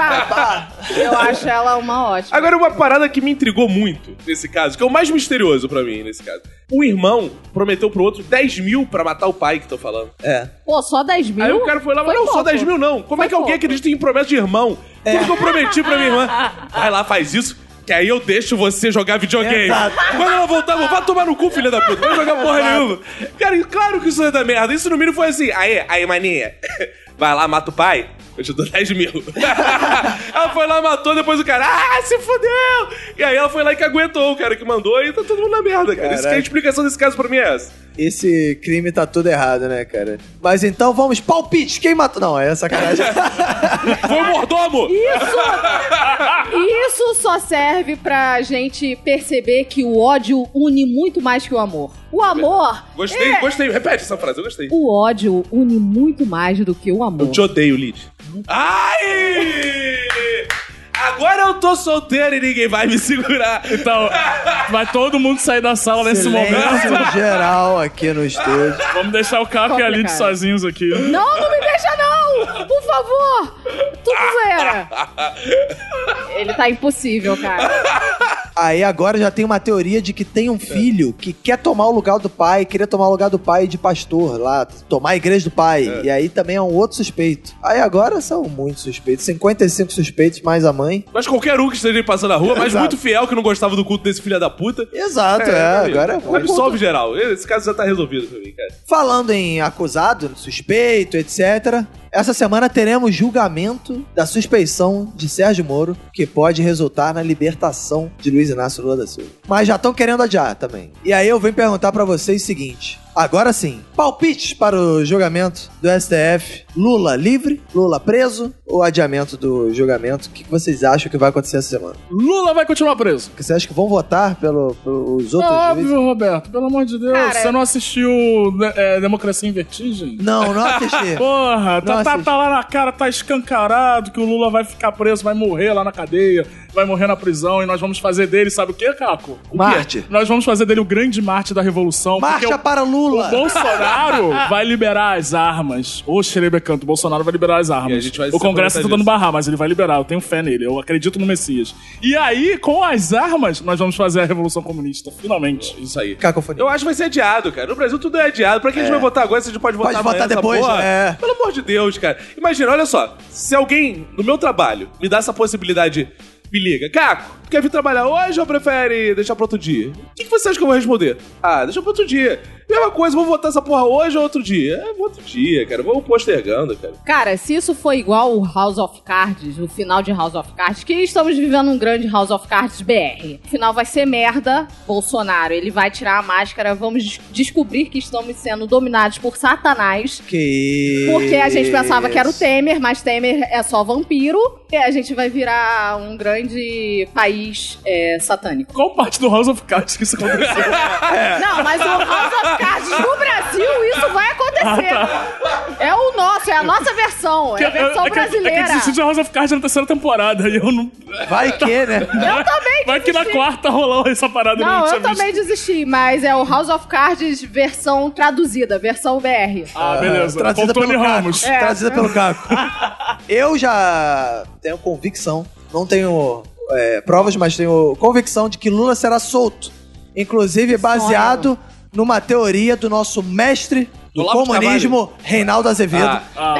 S4: Exato. Eu acho ela uma ótima.
S3: Agora, uma parada que me intrigou muito nesse caso, que é o mais misterioso pra mim nesse caso. O irmão prometeu pro outro 10 mil pra matar o pai que tô falando.
S2: É.
S4: Pô, só 10 mil?
S3: Aí o cara foi lá, mas
S4: Foi
S3: não, só
S4: pouco.
S3: 10 mil não. Como
S4: Foi
S3: é que alguém
S4: pouco.
S3: acredita em promessa de irmão? Tudo que eu prometi pra minha
S4: [laughs]
S3: irmã. Vai lá, faz isso. Que aí eu deixo você jogar videogame.
S2: Exato.
S3: Quando ela voltar, eu vou tomar no cu, filha da puta. Não vai jogar porra nenhuma. Cara, e claro que isso é da merda. Isso no mínimo foi assim. Aí, aí, maninha. Vai lá, mata o pai. Eu te dou 10 mil. [laughs] ela foi lá, matou, depois o cara, ah, se fudeu! E aí ela foi lá e que aguentou o cara que mandou e tá todo mundo na merda, cara. Isso que é a
S2: Caraca.
S3: explicação desse caso pra mim é essa.
S2: Esse crime tá tudo errado, né, cara? Mas então vamos, palpite, quem matou? Não, é sacanagem.
S3: Foi o mordomo!
S4: E Isso só serve pra gente perceber que o ódio une muito mais que o amor. O amor,
S3: Tá
S4: é
S3: Gostei, gostei. Repete essa frase, eu gostei.
S4: o ódio une muito mais do que o amor.
S3: Eu te odeio, Lid. Ai! Agora eu tô solteiro e ninguém vai me segurar.
S5: Então, vai todo mundo sair da sala [laughs] nesse momento.
S2: Silêncio geral aqui no estúdio.
S5: Vamos deixar o Cap e a Lid
S4: Complicado.
S5: sozinhos aqui.
S4: Não, não me deixa não! Por favor! Tudo zera. Ele tá impossível, cara.
S2: Aí agora já tem uma teoria de que tem um filho que quer tomar o lugar do pai, queria tomar o lugar do pai de pastor lá, tomar a igreja do pai. E aí também é um outro suspeito. Aí agora são muitos suspeitos, 55 suspeitos mais a mãe.
S3: Mas qualquer um que esteja passando na rua, mas
S2: Exato.
S3: muito fiel que não gostava do culto desse filho da puta.
S2: Exato, é,
S3: meu amigo,
S2: agora é um
S3: Absolve geral. Esse caso já tá resolvido pra mim, cara.
S2: Falando em acusado, suspeito, etc., essa semana teremos julgamento da suspeição de Sérgio Moro, que pode resultar na libertação de Luiz Inácio Lula da Silva. Mas já estão querendo adiar também. E aí eu vim perguntar pra vocês o seguinte: agora sim, palpites para o julgamento do STF: Lula livre, Lula preso ou adiamento do julgamento? O que vocês acham que vai acontecer essa semana?
S5: Lula vai continuar preso.
S2: Porque vocês acham que vão votar pelo- pelos outros juízes?
S5: Óbvio, Roberto, pelo amor de Deus.
S4: Cara,
S5: Você não assistiu né, é, Democracia em Vertigem?
S2: Não, não
S5: [laughs]
S2: assisti.
S5: Porra, tá,
S2: Não
S5: tá,
S2: assisti.
S5: tá lá na cara, tá escancarado que o Lula vai ficar preso, vai morrer lá na cadeia, vai morrer na prisão e nós vamos fazer dele, sabe o quê, Caco?
S2: Marte.
S5: Nós vamos fazer dele o grande Marte da Revolução. porque é
S2: Marcha
S5: o-
S2: para Lula!
S5: O Bolsonaro vai liberar as armas. Ô, Xerebe Canto, o Bolsonaro vai liberar as armas.
S3: E a gente vai se
S5: o Congresso tá
S3: aproveitar
S5: tentando
S3: disso.
S5: barrar, mas ele vai liberar. Eu tenho fé nele. Eu acredito no Messias. E aí, com as armas, nós vamos fazer a Revolução Comunista, finalmente.
S3: Isso aí.
S2: Cacofonia.
S3: Eu acho que vai ser adiado, cara. No Brasil tudo é adiado. Pra quem a gente vai votar agora, se a gente pode votar
S2: Pode
S3: amanhã
S2: votar
S3: nessa
S2: depois,
S3: porra?
S2: é.
S3: Pelo amor de Deus, cara. Imagina, olha só. Se alguém no meu trabalho me dá essa possibilidade, me liga. Caco, tu quer vir trabalhar hoje ou prefere deixar pra outro dia? O que, que você acha que eu vou responder? Ah, deixa pra outro dia. Mesma coisa, vou votar essa porra hoje ou outro dia? É, outro dia, cara. Vou postergando, cara.
S4: Cara, se isso for igual o House of Cards, o final de House of Cards, que estamos vivendo um grande House of Cards BR. O final vai ser merda, Bolsonaro. Ele vai tirar a máscara, vamos des- descobrir que estamos sendo dominados por Satanás.
S2: Que
S4: Porque a gente pensava que era o
S2: tempo.
S4: Temer, mas Temer é só vampiro. E a gente vai virar um grande país é, satânico.
S5: Qual parte do House of Cards que isso aconteceu? É
S4: Não, mas o House of Cards no Brasil, isso vai acontecer. É o nosso, é a nossa versão. É a versão
S5: é que- É
S4: brasileira.
S5: que existiu de House of Cards na terceira temporada e eu não...
S2: Vai que, né?
S4: Eu também
S5: Vai que na
S4: desisti.
S5: quarta rolou essa parada e
S4: Não,
S5: não tinha
S4: eu também desisti, mas é o House of Cards versão traduzida, versão BR.
S5: Ah, [laughs] beleza. Com
S2: Trazida
S5: Tony
S2: pelo Caco.
S5: Ramos.
S4: É.
S2: Trazida pelo
S4: [laughs]
S2: Caco. Eu já tenho convicção, não tenho é, provas, mas tenho convicção de que Lula será solto. Inclusive baseado numa teoria do nosso mestre do
S3: Olavo de
S2: comunismo, Reinaldo Azevedo,
S3: Ah,
S5: Ah,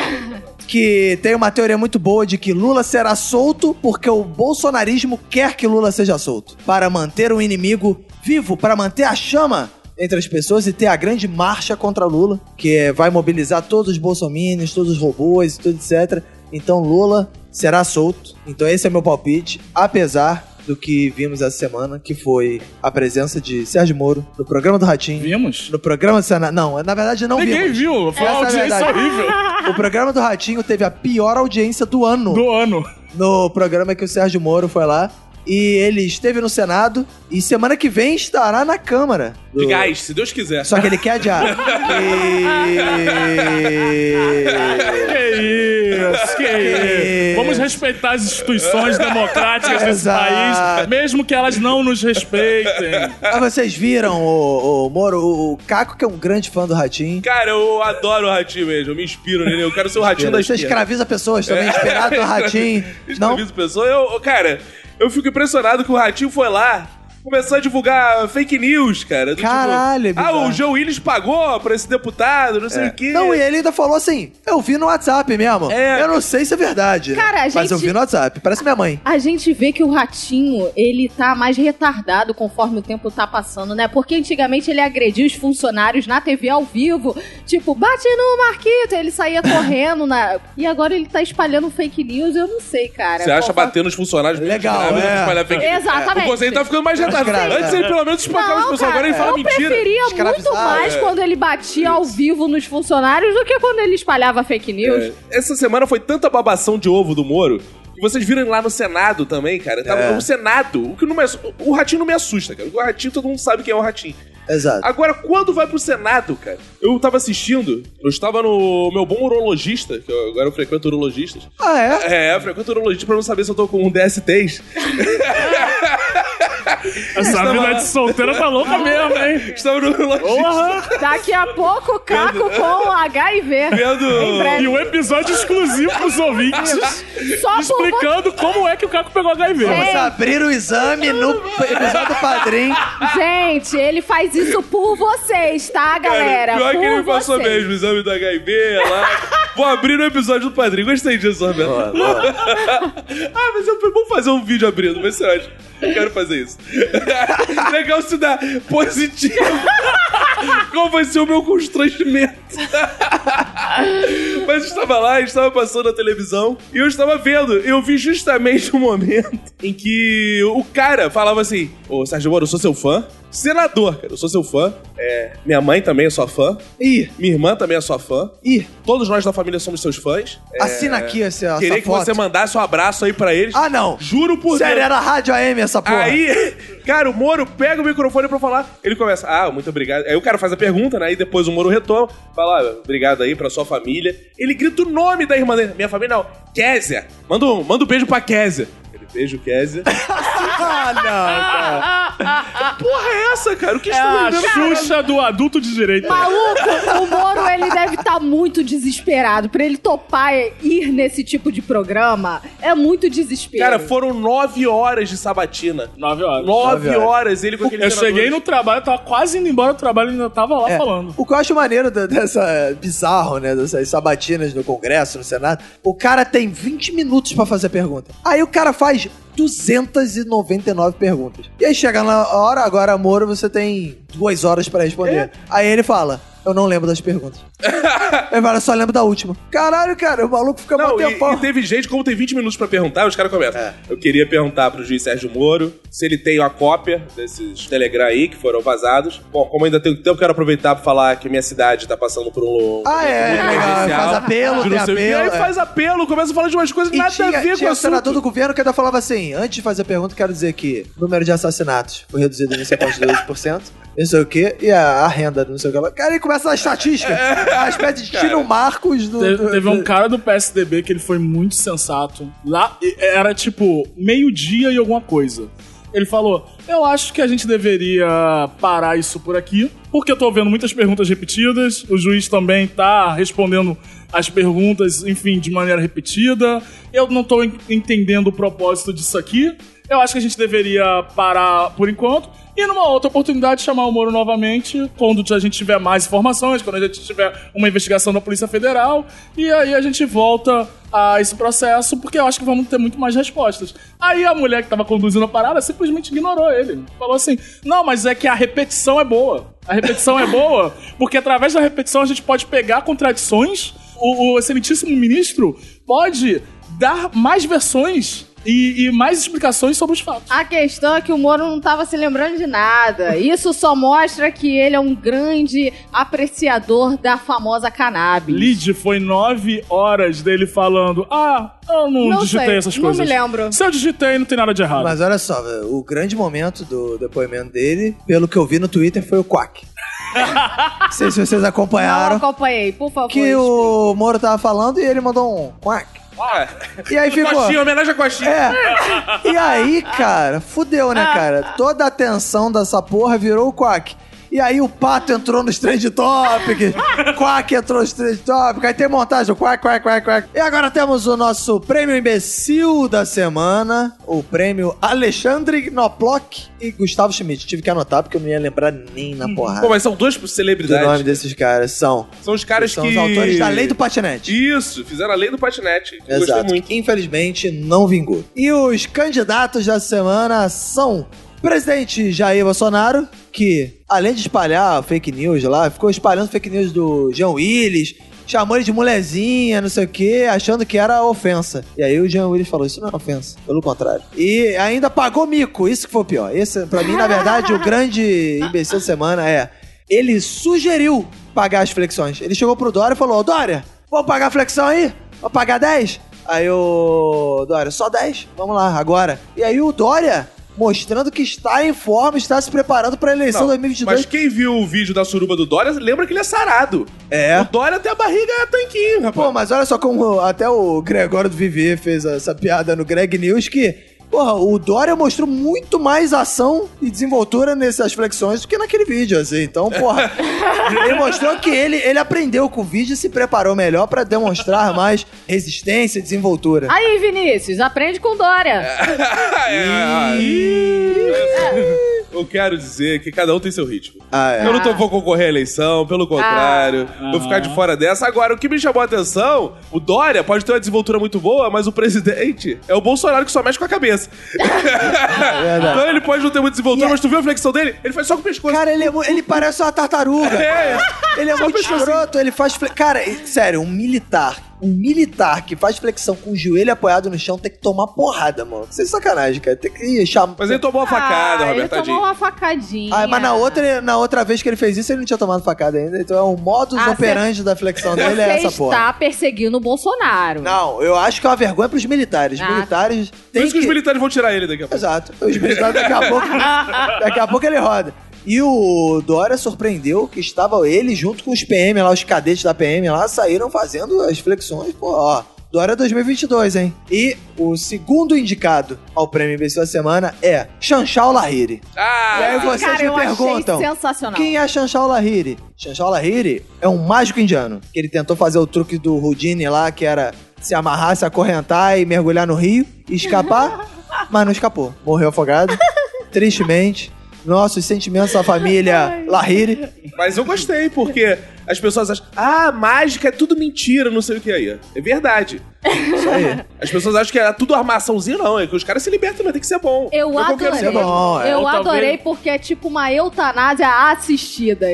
S2: que tem uma teoria muito boa de que Lula será solto porque o bolsonarismo quer que Lula seja solto. Para manter um inimigo vivo, para manter a chama entre as pessoas e ter a grande marcha contra Lula, que é- vai mobilizar todos os bolsominions, todos os robôs e tudo etc. Então Lula será solto. Então esse é meu palpite, apesar do que vimos essa semana, que foi a presença de Sérgio Moro no programa do Ratinho,
S5: vimos?
S2: no programa do Senado. Não, na verdade não
S5: Ninguém
S2: vimos.
S5: viu.
S2: Essa
S5: Foi uma
S2: é a
S5: audiência
S2: verdade.
S5: horrível
S2: O programa do Ratinho teve a pior audiência do ano
S5: do ano.
S2: no programa que o Sérgio Moro foi lá. E ele esteve no Senado e semana que vem estará na Câmara.
S3: de gás, se Deus quiser.
S2: Só que ele quer adiar. E-
S5: Que isso, que isso. Vamos respeitar as instituições democráticas desse
S2: Exato.
S5: país, mesmo que elas não nos respeitem.
S2: Mas vocês viram o, o Moro, o, o Caco, que é um grande fã do Ratinho.
S3: Cara, eu adoro o ratinho mesmo. Eu me inspiro nele. Eu quero ser o ratinho da
S2: Você
S3: esquerda. É.
S2: escraviza pessoas também, inspirado no Ratinho. Não?
S3: Escravizo pessoa. Eu, cara, eu fico impressionado que o Ratinho foi lá. Começou a divulgar fake news, cara. do
S2: Caralho, é
S3: tipo, Ah,
S2: bizarro. É.
S3: o João Willis pagou pra esse deputado, não sei o quê.
S2: Não, e ele ainda falou assim: eu vi no WhatsApp mesmo.
S3: É.
S2: Eu não sei se é verdade. né?
S4: Cara, a
S2: Mas eu
S4: gente-
S2: vi no WhatsApp. Parece minha mãe.
S4: A gente vê que o ratinho, ele tá mais retardado conforme o tempo tá passando, né? Porque antigamente ele agredia os funcionários na TV ao vivo, tipo, bate no Marquito, ele saía correndo na... E agora ele tá espalhando fake news, eu não sei, cara.
S3: Você acha
S4: Conforme-
S3: bater nos funcionários
S2: Legal,
S3: pra
S2: é.
S3: espalhar fake news.
S4: Exatamente.
S3: O conceito tá ficando mais retardado.
S2: Desgraça.
S3: Antes ele pelo menos espancava as
S4: Não,
S3: pessoas,
S4: cara,
S3: agora ele fala
S4: eu
S3: mentira.
S4: preferia muito
S2: Escravizado,
S4: mais
S3: é.
S4: quando ele batia ao vivo nos funcionários do que quando ele espalhava fake news.
S3: É, Essa semana foi tanta babação de ovo do Moro. que vocês viram lá no Senado também, cara. Tava
S2: É.
S3: no Senado. O que não me assu- O ratinho não me assusta, cara. O ratinho, todo mundo sabe quem é o ratinho.
S2: Exato.
S3: Agora, quando vai pro Senado, cara? Eu tava assistindo, eu estava no meu bom urologista, que eu, agora eu frequento urologistas.
S2: Ah, é?
S3: É, eu frequento urologista pra não saber se eu tô com um DSTs.
S5: Essa vida de solteira tá louca mesmo, hein?
S3: Estamos no lojista
S5: Porra!
S4: Daqui a pouco, Caco com HIV. Em
S3: É. vendo.
S5: E
S4: breve.
S5: um episódio exclusivo pros
S2: Tá
S5: ouvintes
S4: Só por você.
S5: explicando como é que o Caco pegou HIV.
S4: Gente,
S2: Vocês abriram o exame no episódio do Padrim.
S4: Gente, ele faz isso por vocês, tá, galera?
S3: Pior
S4: por
S3: que ele me passou
S4: vocês.
S3: mesmo, exame do HIV é lá. Vou abrir no episódio do Padrinho. Gostei disso, Roberto. [laughs] ah, mas eu vou fazer um vídeo abrindo, mas será que eu quero fazer isso? [laughs] Legal se dá positivo. Qual vai ser o meu constrangimento? Mas eu estava lá, eu estava passando na televisão e eu estava vendo. Eu vi justamente o momento em que o cara falava assim: Ô, Sérgio Moro, eu sou seu fã. Senador, cara, eu sou seu fã. É, minha mãe também é sua fã. Ih, minha irmã também é sua fã. Ih, todos nós da família somos seus fãs. É,
S2: Assina aqui essa, essa
S3: queria que
S2: foto.
S3: você mandasse um abraço aí pra eles.
S2: Ah, não.
S3: Juro por
S2: Sério,
S3: Deus.
S2: era rádio AM essa porra.
S3: Aí, [laughs] cara, o Moro pega o microfone pra falar. Ele começa, ah, muito obrigado. Aí o cara faz a pergunta, né? Aí depois o Moro retoma, fala, ah, obrigado aí pra sua família. Ele grita o nome da irmã dele. Minha família não, Kézia. Manda um, manda um beijo pra Kézia. Ele, beijo, Kézia.
S2: [laughs] Ah, não, cara.
S4: Ah,
S3: Porra é essa, cara? O que
S5: É
S2: Tá
S5: a
S3: estão
S5: Xuxa do adulto de direito.
S4: Maluco, o Moro, ele deve estar muito desesperado. Pra ele topar e ir nesse tipo de programa, é muito desespero.
S3: Cara, foram nove horas de sabatina.
S5: Nove horas.
S3: Nove
S2: horas.
S3: horas ele com aquele
S5: Eu
S3: senador.
S5: cheguei no trabalho, eu tava quase indo embora do trabalho e ainda tava lá
S2: É,
S5: falando.
S2: O que eu acho maneiro da- dessa bizarro, né? Dessas sabatinas no Congresso, no Senado, o cara tem 20 minutos pra fazer pergunta. Aí o cara faz 299 perguntas. E aí chega na hora, agora, Moro, você tem duas horas pra
S3: É.
S2: responder. Aí ele fala. Eu não lembro das
S3: [laughs]
S2: perguntas. Ele fala, eu só lembro da última. Caralho, cara, o maluco fica
S3: Não,
S2: mal
S3: e,
S2: tempão.
S3: e teve gente, como tem 20 minutos pra perguntar, os caras começam.
S2: É.
S3: Eu queria perguntar pro juiz Sérgio Moro se ele tem a cópia desses Telegram aí que foram vazados. Bom, como ainda tenho tempo, quero aproveitar pra falar que minha cidade tá passando por um.
S2: Ah, é,
S3: um
S2: legal,
S3: emergencial,
S2: faz apelo,
S3: de
S2: tem
S3: não sei o quê.
S2: apelo,
S3: E aí
S2: é.
S3: faz apelo, começa a falar de umas coisas
S2: E
S3: nada
S2: tinha,
S3: a
S2: tinha
S3: ver com o
S2: o senador
S3: assunto.
S2: do governo que ainda falava assim: antes de fazer a pergunta, quero dizer que o número de assassinatos foi reduzido em 52%, não sei o quê, e a, a renda, não sei o que lá. Cara, aí começa a estatística.
S3: É.
S2: A espécie de tira o Marcos do.
S5: Te-
S2: do-
S5: Teve um
S2: do-
S5: cara do PSDB que ele foi muito sensato. Lá e- era tipo meio-dia e alguma coisa. Ele falou: Eu acho que a gente deveria parar isso por aqui, porque eu tô vendo muitas perguntas repetidas, o juiz também tá respondendo as perguntas, enfim, de maneira repetida. Eu não tô en- entendendo o propósito disso aqui. Eu acho que a gente deveria parar por enquanto. E numa outra oportunidade chamar o Moro novamente, quando a gente tiver mais informações, quando a gente tiver uma investigação da Polícia Federal, e aí a gente volta a esse processo, porque eu acho que vamos ter muito mais respostas. Aí a mulher que tava conduzindo a parada simplesmente ignorou ele. Falou assim: não, mas é que a repetição é boa. A repetição é boa, porque através da repetição a gente pode pegar contradições. O, o excelentíssimo ministro pode dar mais versões e- e mais explicações sobre os fatos.
S4: A questão é que o Moro não tava se lembrando de nada. Isso só mostra que ele é um grande apreciador da famosa cannabis.
S5: Lid foi nove horas dele falando: Ah, eu não,
S4: Não
S5: digitei
S4: sei,
S5: essas
S4: não
S5: coisas.
S4: me lembro.
S5: Se eu digitei, não tem nada de errado.
S2: Mas olha só, o grande momento do depoimento dele, pelo que eu vi no Twitter, foi o
S5: [laughs]
S2: Quack. Não sei se vocês
S4: Não
S2: acompanharam.
S4: acompanhei, por favor.
S2: Que o Moro tava falando e ele mandou um Quack.
S3: Ah,
S2: E [laughs] aí ficou.
S3: Coxinha, homenagem à coxinha.
S2: É. E aí, cara, fudeu, né, cara? Toda a atenção dessa porra virou o Quack. E aí o Pato entrou nos Trend Topics, Quack entrou nos Trend Topics, aí tem montagem, o Quack, Quack, Quack, Quack. E agora temos o nosso prêmio imbecil da semana, o prêmio Alexandre Knoploch e Gustavo Schmidt. Tive que anotar porque eu não ia lembrar nem na porrada
S3: Pô, mas são duas
S2: do nome
S3: celebridades.
S2: desses caras. São,
S3: São os é caras
S2: são
S3: que.
S2: os autores da Lei do Patinete.
S3: Isso, fizeram a lei do patinete. Eu Gostei
S2: Exato.
S3: muito.
S2: que Infelizmente, não vingou. E os candidatos da semana são presidente Jair Bolsonaro, que além de espalhar fake news lá, ficou espalhando fake news do Jean Willis, chamou ele de molezinha, não sei o quê, achando que era ofensa. E aí o Jean Willis falou, isso não é ofensa, pelo contrário. E ainda pagou mico, isso que foi o pior. Esse, pra mim, na verdade, o grande imbecil da semana é... Ele sugeriu pagar as flexões. Ele chegou pro Dória e falou, "Ô, Dória, vamos pagar a flexão aí? Vou pagar 10? Aí o Dória, só 10? Vamos lá, agora. E aí o Dória, mostrando que está em forma, está se preparando para a eleição
S3: Não,
S2: 2022.
S3: Mas quem viu o vídeo da suruba do Dória lembra que ele é sarado.
S2: É.
S3: O Dória tem a barriga tanquinho, rapaz.
S2: Pô, mas olha só como até o Gregório do Vivier fez essa piada no Greg News que Porra, o Dória mostrou muito mais ação e desenvoltura nessas flexões do que naquele vídeo, assim. Então,
S3: [laughs]
S2: porra, ele mostrou que ele, ele aprendeu com o vídeo e se preparou melhor pra demonstrar mais resistência e desenvoltura.
S4: Aí, Vinícius, aprende com Dória.
S2: [laughs]
S3: É, Eu quero dizer que cada um tem seu ritmo.
S2: Ah, Ah. é.
S3: Eu não tô, vou concorrer à eleição, pelo contrário. Vou ficar de fora dessa. Agora, o que me chamou a atenção, o Dória pode ter uma desenvoltura muito boa, mas o presidente é o Bolsonaro que só mexe com a cabeça.
S2: É verdade.
S3: então ele pode não ter muita desenvoltura,
S2: E é-
S3: mas tu viu a flexão dele? Ele faz só com o pescoço.
S2: Cara, ele, é mu- ele parece uma tartaruga.
S3: É.
S2: Ele é muito escroto, ele faz. fle- Cara, e- sério, um militar. Um militar que faz flexão com o joelho apoiado no chão tem que tomar porrada, mano. Isso é sacanagem, cara. Tem que Ih, chamar.
S3: Mas é ele tomou uma facada,
S4: ah,
S3: Roberto,
S4: Ele tomou
S3: tadinho.
S4: uma facadinha.
S2: Ah, mas na outra, na outra vez que ele fez isso, ele não tinha tomado facada ainda. Então é o modus
S4: Ah,
S2: operandi da flexão
S4: Você
S2: dele, é essa
S4: está
S2: porra.
S4: perseguindo o Bolsonaro. [laughs]
S2: Não, eu acho que é uma vergonha pros militares.
S4: Ah.
S2: Militares
S3: Por
S2: tem
S3: isso que os militares vão tirar ele daqui a pouco.
S2: Exato. Os militares daqui
S3: [laughs]
S2: a pouco. daqui a pouco ele roda. E o Dória surpreendeu que estava ele junto com os PM lá, os cadetes da PM lá, saíram fazendo as flexões. Pô, ó. Dória 2022, hein? E o segundo indicado ao prêmio imbecil da semana é Chanchal Lahiri.
S3: Ah,
S2: E aí vocês
S4: Cara,
S2: me
S4: eu achei
S2: perguntam.
S4: sensacional.
S2: Quem é Chanchal Lahiri? Chanchal Lahiri é um mágico indiano, que ele tentou fazer o truque do Houdini lá, que era se amarrar, se acorrentar e mergulhar no rio e escapar, mas não escapou. Morreu afogado, tristemente. Nossos sentimentos à família Lahiri.
S3: Mas eu gostei, porque as pessoas acham, ah, mágica é tudo mentira, não sei o que aí. É verdade.
S2: Isso aí.
S3: As pessoas acham que é tudo armaçãozinho, não. É que os caras se libertam, mas tem que ser bom.
S4: Eu
S3: Então, qualquer
S4: adorei.
S2: ser bom, é.
S4: eu
S5: Ou talvez-
S4: adorei porque é tipo uma eutanásia assistida,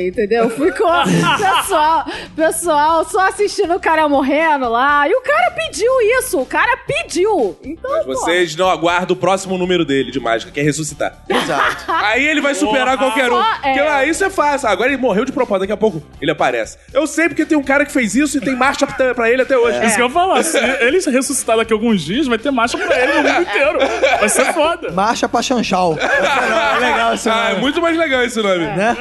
S3: [laughs]
S4: entendeu? Ficou pessoal, pessoal só assistindo o cara morrendo lá. E o cara pediu isso, o cara pediu. Então,
S3: Mas vocês não aguardam o próximo número dele de mágica, que é
S4: [laughs]
S3: ressuscitar.
S2: Exato.
S3: Aí ele vai superar
S5: Porra.
S3: qualquer um.
S4: Só é.
S3: Porque, ah, isso é fácil. Agora ele morreu de propósito, daqui a pouco ele aparece. Eu sei porque tem um cara que fez isso e tem marcha pra pra ele até hoje.
S2: É.
S3: Ah, é
S5: Isso que eu ia
S4: É.
S5: falar. Se ele se ressuscitar daqui a alguns dias, vai ter marcha pra ele no mundo inteiro. Vai ser foda.
S2: Marcha pra [laughs] Chanchal. É legal esse
S3: Ah, é
S2: nome.
S3: muito mais legal esse nome.
S2: né?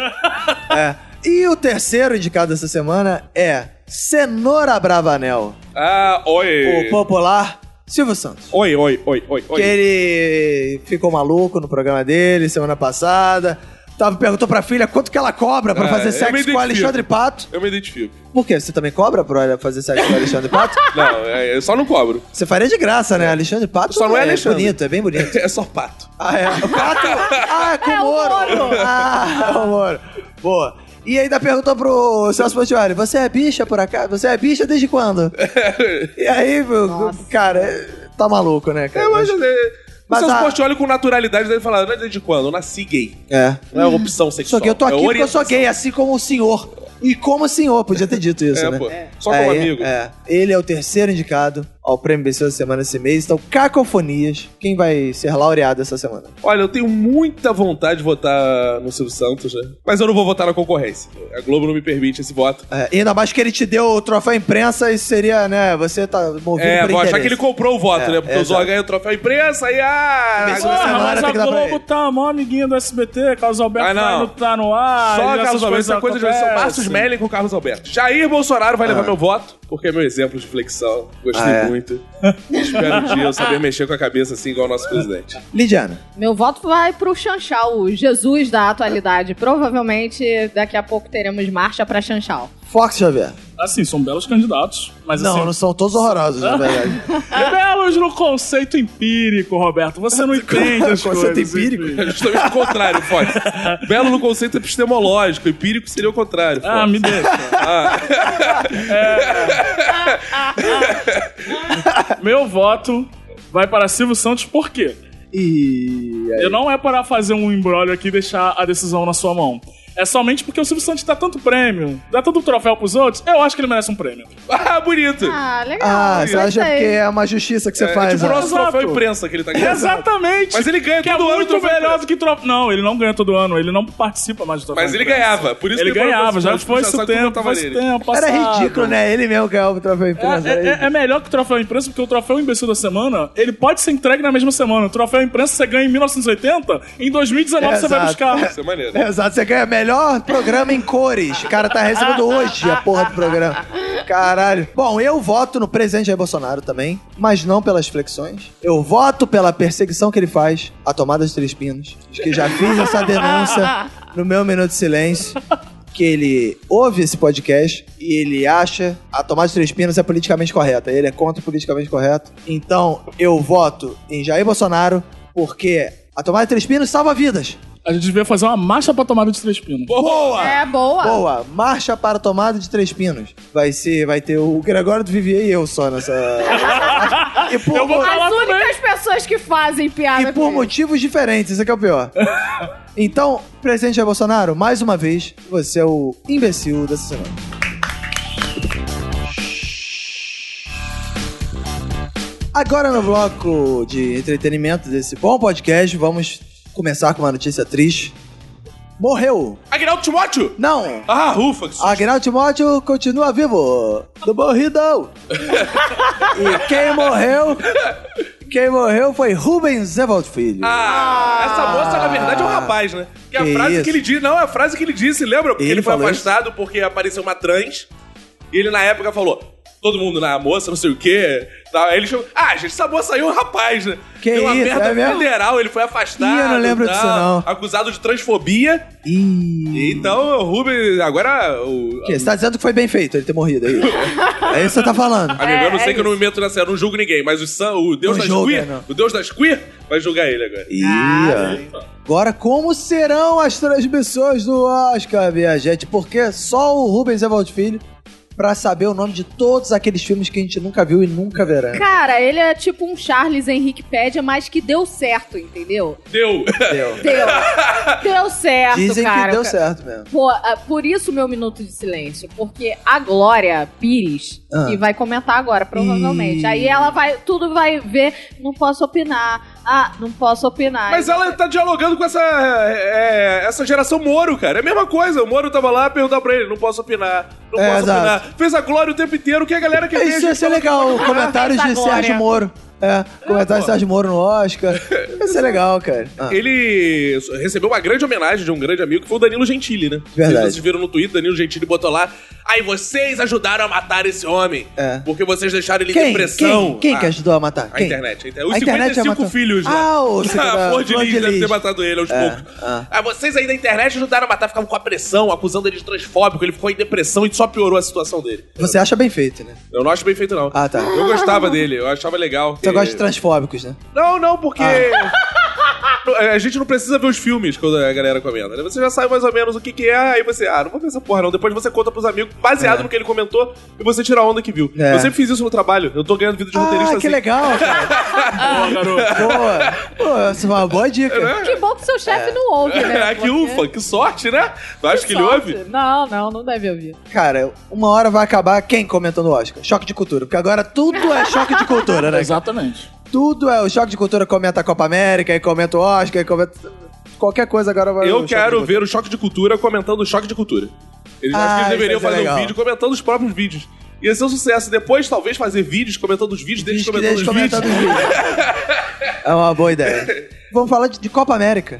S2: É. E o terceiro indicado dessa semana é Cenoura Bravanel,
S3: Ah, oi.
S2: o popular Silvio Santos.
S3: Oi, oi, oi, oi,
S2: Que
S3: oi.
S2: ele ficou maluco no programa dele semana passada. Tava, perguntou pra filha quanto que ela cobra pra
S3: É,
S2: fazer
S3: eu me
S2: sexo com
S3: identifico.
S2: o Alexandre Pato.
S3: Eu me identifico.
S2: Por quê? Você também cobra pra ela fazer sexo com o Alexandre
S3: [laughs]
S2: Pato?
S3: Não, é- eu só não cobro. [laughs]
S2: Você faria de graça, né? Alexandre Pato
S3: Só não é Alexandre.
S2: bonito, é bem
S3: [laughs]
S2: bonito.
S3: É só pato.
S2: Ah, é. O Pato. Ah, é com
S4: É,
S2: o
S4: o
S2: Moro.
S4: Moro.
S2: Ah, é o Moro. Boa. E ainda perguntou pro Celso Portioli, você é bicha por acaso? Você é bicha desde
S3: [laughs]
S2: quando? e aí, meu,
S4: Nossa.
S2: cara, tá maluco, né, cara?
S3: É, Eu acho que.
S2: Mas
S3: Mas
S2: a-
S3: seus Portioli com naturalidade deve falar, não é desde quando? Eu nasci gay.
S2: É.
S3: Não é uma opção sexual.
S2: Só que eu tô
S3: é
S2: aqui porque eu
S3: orientação.
S2: sou gay, assim como o senhor. E como o senhor, podia ter dito isso,
S3: É,
S2: né?
S3: pô. Só como
S2: Aí,
S3: amigo.
S2: É. Ele é o terceiro indicado ao Prêmio BC da semana esse mês. Então, Cacofonias, quem vai ser laureado essa semana?
S3: Olha, eu tenho muita vontade de votar no Silvio Santos, né? Mas eu não vou votar na concorrência. A Globo não me permite esse voto.
S2: É, ainda mais que ele te deu o troféu imprensa, isso seria, né? Você tá movido
S3: É,
S2: por
S3: vou achar
S2: interesse.
S3: que ele comprou o voto,
S2: É,
S3: né? Porque
S2: é,
S3: o Zó
S2: exato.
S3: ganha o troféu imprensa aí ah...
S2: Isso. Essa
S5: Porra,
S2: semana
S5: mas
S2: tem
S5: a
S2: que dar pra
S5: Globo
S2: ele.
S5: tá a maior amiguinha do SBT, Carlos Alberto
S3: Ah, não.
S5: vai no, tá no ar.
S3: Só
S5: e essas
S3: Carlos Alberto,
S5: coisas
S3: essa coisa de são Marcos
S5: acontecem.
S3: Melling com Carlos Alberto. Jair Bolsonaro vai levar meu voto, porque é meu exemplo de flexão. Gostei
S2: Ah, é.
S3: muito. Espero um dia
S2: [laughs]
S3: eu saber mexer com a cabeça assim igual o nosso presidente.
S2: Lidiana.
S4: meu voto vai pro Chanchal, o Jesus da atualidade. Provavelmente daqui a pouco teremos marcha pra Chanchal.
S2: Fox Xavier.
S5: Assim, são belos candidatos, mas
S2: Não,
S5: assim...
S2: não são todos horrorosos, na verdade.
S5: Belos no conceito empírico, Roberto. Você não entende
S2: [laughs]
S5: as
S2: Conceito
S5: coisas.
S2: empírico?
S5: enfim.
S3: É [laughs] justamente o contrário, Fox. Belo no conceito epistemológico, empírico seria o contrário. Fox.
S5: Ah, me deixa. Ah. É. Meu voto vai para Silvio Santos por quê?
S2: E.
S5: Eu não é para fazer um embrólio aqui e deixar a decisão na sua mão. É somente porque o Silvio Santos dá tanto prêmio, dá tanto troféu pros outros, eu acho que ele merece um prêmio.
S3: Ah, bonito.
S4: Ah, legal.
S2: Ah, você acha
S4: gostei.
S2: que é uma justiça que você
S3: é,
S2: faz.
S3: tipo o
S2: né?
S3: nosso
S5: Exato.
S3: troféu imprensa que ele tá ganhando.
S5: Exatamente!
S3: Mas ele ganha
S5: que
S3: todo
S5: é
S3: ano
S5: muito
S3: troféu
S5: melhor
S3: imprensa.
S5: do que troféu. Não, ele não ganha todo ano, ele não participa mais do troféu.
S3: Mas ele
S5: imprensa.
S3: ganhava, por isso
S5: ele
S3: que ele
S5: ganhava,
S3: parou
S5: já
S3: de
S5: foi esse
S3: pensar
S5: o
S3: quando eu
S5: tempo,
S3: tava
S5: foi esse
S3: nele.
S5: tempo.
S2: Era
S5: passado.
S2: ridículo, né? Ele mesmo ganhou o troféu imprensa. né?
S5: É, é- é- é melhor que o troféu imprensa, porque o troféu imbecil da semana, ele pode ser entregue na mesma semana. O troféu imprensa você ganha em 1980, em 2019 você vai
S2: Exato. [laughs]
S5: buscar.
S3: Isso é maneiro.
S2: É, Exato, você ganha melhor programa em cores. O cara tá recebendo hoje a porra do programa. Caralho. Bom, eu voto no presidente Jair Bolsonaro também, mas não pelas flexões. Eu voto pela perseguição que ele faz à tomada dos Três Pinos, de que já fiz essa denúncia no meu Minuto de Silêncio. Que ele ouve esse podcast e ele acha a tomada dos três pinos é politicamente correta. Ele é contra o politicamente correto. Então eu voto em Jair Bolsonaro porque a tomada dos três pinos salva vidas.
S5: A gente devia fazer uma marcha pra tomada de três pinos.
S3: Boa!
S4: É boa.
S2: Boa, marcha para a tomada de Três Pinos. Vai ser, vai ter o Gregório do Vivier e eu só
S5: [laughs]
S2: nessa. nessa- e por,
S5: Eu vou né,
S2: mo-
S5: falar
S4: As
S5: também.
S4: únicas pessoas que fazem piada
S2: e por
S4: com ele.
S2: motivos diferentes, isso aqui é o
S5: [laughs]
S2: pior. Então, presidente Jair Bolsonaro, mais uma vez, você é o imbecil dessa semana. Agora no bloco de entretenimento desse bom podcast, vamos começar com uma notícia triste. Morreu!
S3: Aguinaldo Timóteo!
S2: Não!
S3: Ah, ufa! que su-
S2: Agnaldo Timóteo continua vivo do morridão. e quem morreu? Quem morreu foi Rubens Zewald Filho.
S3: Ah, essa moça, na verdade, é um rapaz, né? Que a
S2: Que
S3: frase
S2: isso.
S3: que ele disse, não, é a frase que ele disse, lembra? Porque ele,
S2: Ele
S3: foi
S2: falou
S3: afastado porque apareceu uma trans. E ele, na época, falou, todo mundo na moça, não sei o quê. Tal. Aí ele chegou, ah, gente, essa moça aí é um rapaz, né?
S2: Que
S3: Deu uma
S2: isso,
S3: merda
S2: é mesmo?
S3: federal, ele foi afastado.
S2: Ih, eu não lembro
S3: tal,
S2: disso, não.
S3: Acusado de transfobia.
S2: Ih,
S3: E Então, o Rubens, agora... O,
S2: que, você tá dizendo que foi bem feito ele ter morrido aí? é isso que você tá falando.
S3: Amigo, eu não
S4: É,
S3: sei
S4: é
S3: que eu não me meto nessa, eu não julgo ninguém, mas o, Sam, o Deus
S2: Não
S3: das
S2: julga,
S3: Queer,
S2: não.
S3: o Deus das Queer vai julgar ele agora.
S2: Ih, ó. Ah, Agora, como serão as transmissões do Oscar, viajante? Porque só o Rubens Zewald Filho pra saber o nome de todos aqueles filmes que a gente nunca viu e nunca verá.
S4: Cara, ele é tipo um Charles Henrique Pédia, mas que deu certo, entendeu?
S3: Deu!
S2: Deu.
S3: [laughs]
S4: Deu. deu certo,
S2: Dizem
S4: cara.
S2: que deu certo mesmo.
S4: Pô, ah, por isso meu minuto de silêncio, porque a Glória Pires,
S2: Ah.
S4: que vai comentar agora, provavelmente.
S2: Ih.
S4: Aí ela vai, tudo vai ver, não posso opinar. Ah, não posso opinar.
S3: Mas ela tá dialogando com essa, é, essa geração Moro, cara. É a mesma coisa. O Moro tava lá perguntar pra ele: não posso opinar, não
S2: É,
S3: posso
S2: exato.
S3: opinar. Fez a glória o tempo inteiro, que a galera que então,
S2: É,
S3: vê a
S2: Isso ia
S3: gente
S2: ser legal. Comentários de
S4: Essa glória.
S2: Sérgio Moro. É, comentários de Sérgio Moro no Oscar. Ia ser legal, cara. Ah,
S3: Ele recebeu uma grande homenagem de um grande amigo, que foi o Danilo Gentili, né?
S2: Verdade.
S3: Vocês viram no Twitter, Danilo Gentili botou lá. Aí vocês ajudaram a matar esse homem.
S2: É.
S3: Porque vocês deixaram ele em
S2: Quem?
S3: depressão.
S2: Quem, quem que
S3: Ah,
S2: ajudou a matar?
S3: A
S2: Quem?
S3: internet. a inter- Os
S2: A internet é
S3: 55
S2: matou.
S3: filhos lá.
S2: Ah, o
S3: [laughs] A flor de lis deve ter matado ele aos
S2: É,
S3: poucos.
S2: ah.
S3: Ah, vocês aí da internet ajudaram a matar, ficavam com a pressão, acusando ele de transfóbico. Ele ficou em depressão e só piorou a situação dele.
S2: Você acha bem feito, né?
S3: Eu não acho bem feito, não.
S2: Ah, tá.
S3: Eu gostava dele, eu achava legal.
S2: Você
S3: que-
S2: gosta de transfóbicos, né?
S3: Não, não, porque...
S2: Ah.
S3: [laughs] A gente não precisa ver os filmes quando a galera comenta. né? Você já sabe mais ou menos o que, que é, aí você, ah, não vou ver essa porra não. Depois você conta pros amigos, baseado
S2: É.
S3: no que ele comentou, e você tira a onda que viu.
S2: É.
S3: Eu sempre fiz isso no trabalho, eu tô ganhando vida de roteirista
S2: Ah, que
S3: assim.
S2: legal,
S3: [laughs]
S2: cara.
S5: Boa, garoto.
S2: Boa. Pô, essa é uma boa
S3: né?
S2: dica.
S4: Que bom que seu
S2: É.
S4: chefe não
S3: [laughs]
S4: ouve, né?
S3: Ah, que ufa, que sorte, né? Tu acha que ele
S4: sorte.
S3: ouve?
S4: Não, não, não deve ouvir.
S2: Cara, uma hora vai acabar quem comentando o Oscar? Choque de cultura. Porque agora tudo é choque de
S3: [laughs]
S2: cultura, né?
S5: Exatamente.
S2: Tudo é o choque de cultura. Comenta a Copa América, aí comenta o Oscar, aí comenta... Qualquer coisa agora vai... o
S3: Eu
S2: choque de
S3: quero
S2: cultura.
S3: ver o Choque de Cultura comentando o Choque de Cultura. Eles,
S2: Ah,
S3: acho que eles
S2: isso
S3: deveriam
S2: vai ser
S3: fazer
S2: legal.
S3: um vídeo comentando os próprios vídeos. Ia ser um sucesso. Depois, talvez, fazer vídeos comentando os vídeos deles
S2: Diz que
S3: comentando
S2: deixa
S3: os
S2: comentar
S3: vídeos.
S2: dos vídeos.
S3: [laughs]
S2: É uma boa ideia. Vamos falar de, de Copa América.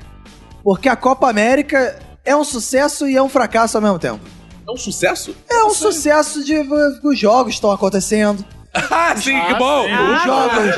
S2: Porque a Copa América é um sucesso e é um fracasso ao mesmo tempo.
S3: É um sucesso?
S2: É um sucesso de os jogos estão acontecendo.
S3: [laughs] Ah, sim, que
S5: Ah,
S3: bom!
S5: sim.
S2: Os jogos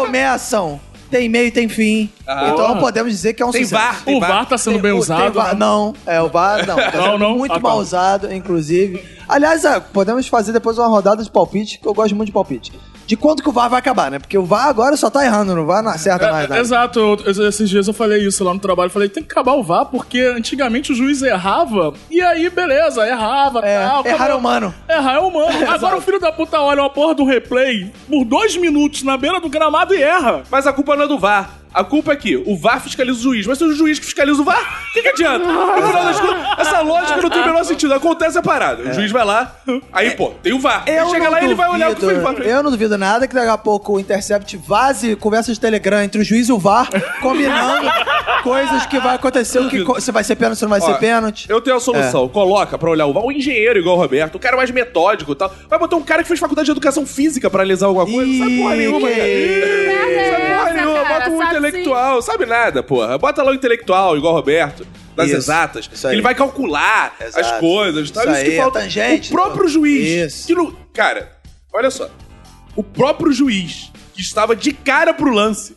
S2: começam, tem meio, tem fim.
S3: Ah.
S2: então podemos dizer que é um
S3: Tem
S2: sucesso.
S3: VAR, tem
S5: O VAR tá
S2: Tem-
S5: sendo bem
S2: o- tem
S5: usado.
S2: VAR
S3: né?
S2: não, é o VAR
S3: [laughs]
S2: não. Tá
S5: Não,
S2: sendo
S5: não?
S2: Muito
S5: Ah,
S2: mal
S5: tá.
S2: usado, inclusive. Aliás, ah, podemos fazer depois uma rodada de palpite, que eu gosto muito de palpite. De quanto que o VAR vai acabar, né? Porque o VAR agora só tá errando, não VAR não
S3: É,
S2: acerta mais nada.
S5: Exato, eu- esses dias eu falei isso lá no trabalho. eu Falei, tem que acabar o VAR, porque antigamente o juiz errava, e aí, beleza, errava,
S2: É,
S3: Ah,
S5: tal.
S2: errar é
S5: acabou.
S2: humano.
S5: Errar é
S2: [laughs]
S5: humano. Agora o filho da puta olha uma porra do replay por dois minutos na beira do gramado e erra.
S3: Mas a culpa não é do VAR. A culpa é que o VAR fiscaliza o juiz, mas se o juiz que fiscaliza o VAR, o que, que adianta? No final das contas, essa lógica não tem o menor sentido. Acontece a parada. O juiz vai lá, aí, pô, tem o VAR. Aí
S2: É. Eu
S3: chega
S2: não
S3: lá e ele vai olhar o que
S2: duvido,
S3: foi o VAR.
S2: Eu não duvido nada que daqui a pouco o Intercept vaze conversas de Telegram entre o juiz e o VAR,
S3: [laughs]
S2: combinando coisas que vai acontecer, o que, co- se vai ser pênalti, se não vai
S3: Ó,
S2: ser pênalti. É.
S3: Eu tenho a solução. Coloca pra olhar o VAR um engenheiro igual o Roberto, um cara mais metódico e tal. Vai botar um cara que fez faculdade de educação física pra analisar alguma coisa. Sabe porra
S2: Ih,
S3: nenhuma,
S2: que-
S3: cara.
S4: merda é
S3: Sabe
S4: essa,
S3: porra nenhuma.
S4: cara?
S3: Bota um
S4: Sabe
S3: intelectual. Sabe nada, porra. Bota lá um intelectual igual o Roberto. das
S2: Isso,
S3: exatas.
S2: isso aí.
S3: Ele vai calcular as
S2: Exato.
S3: coisas. Tá?
S2: Isso
S3: Isso, que
S2: aí, é
S3: falta.
S2: tangente,
S3: o próprio
S2: então.
S3: juiz.
S2: Isso.
S3: Que não- Cara, olha só. O próprio juiz que estava de cara pro lance.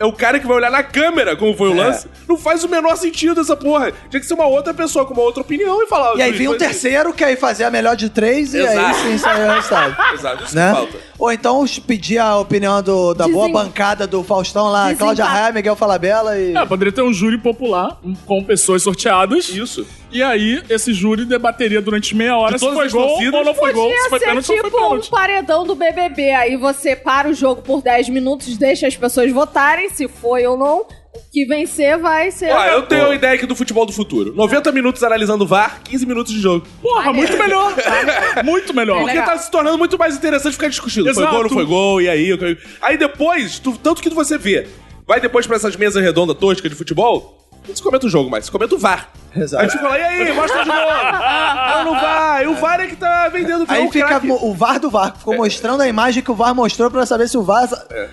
S3: É o cara que vai olhar na câmera como foi o
S2: É.
S3: lance. Não faz o menor sentido essa porra. Tinha que ser uma outra pessoa com uma outra opinião e falar.
S2: E aí
S3: "Juiz,
S2: vem um
S3: foi assim."
S2: terceiro que aí fazia a melhor de três e aí
S3: Exato.
S2: sim saiu o resultado.
S3: [laughs] Exato, isso
S2: Né?
S3: que falta.
S2: Ou então os- pedir a opinião do- da boa
S6: Desem-
S2: bancada do Faustão lá,
S6: Desempa-
S2: Cláudia Raia, Miguel Falabella e.
S5: É, poderia ter um júri popular um, com pessoas sorteadas.
S3: Isso.
S5: E aí, esse júri debateria durante meia hora
S3: De
S5: se
S3: todas
S5: foi
S3: as
S5: gol
S3: torcidas,
S5: ou não foi gol, se
S4: Podia
S5: foi
S4: ser
S5: pênalti ou não
S4: tipo
S5: foi
S4: um
S5: pênalti.
S4: paredão do BBB. Aí você para o jogo por 10 minutos, deixa as pessoas votarem se foi ou não. Que vencer vai
S5: É.
S4: ser.
S3: Ó, Ah, eu tenho uma ideia aqui do futebol do futuro. 90 minutos analisando o VAR, 15 minutos de jogo.
S5: Porra, muito melhor. [laughs] muito melhor.
S3: Porque tá se tornando muito mais interessante ficar discutindo.
S5: Exato.
S3: Foi gol, não foi gol, e aí? ok. Aí depois, tu- tanto que você vê, vai depois pra essas mesas redondas toscas de futebol, não se comenta o jogo mais, se comenta o VAR.
S2: Exato.
S3: Aí fica lá, e aí, mostra de novo. Ah, não vai. E o VAR é que tá vendendo
S2: Aí
S3: o
S2: fica
S3: craque. É.
S2: mo- o VAR do VAR, ficou mostrando a imagem que o VAR mostrou pra saber se o VAR. É.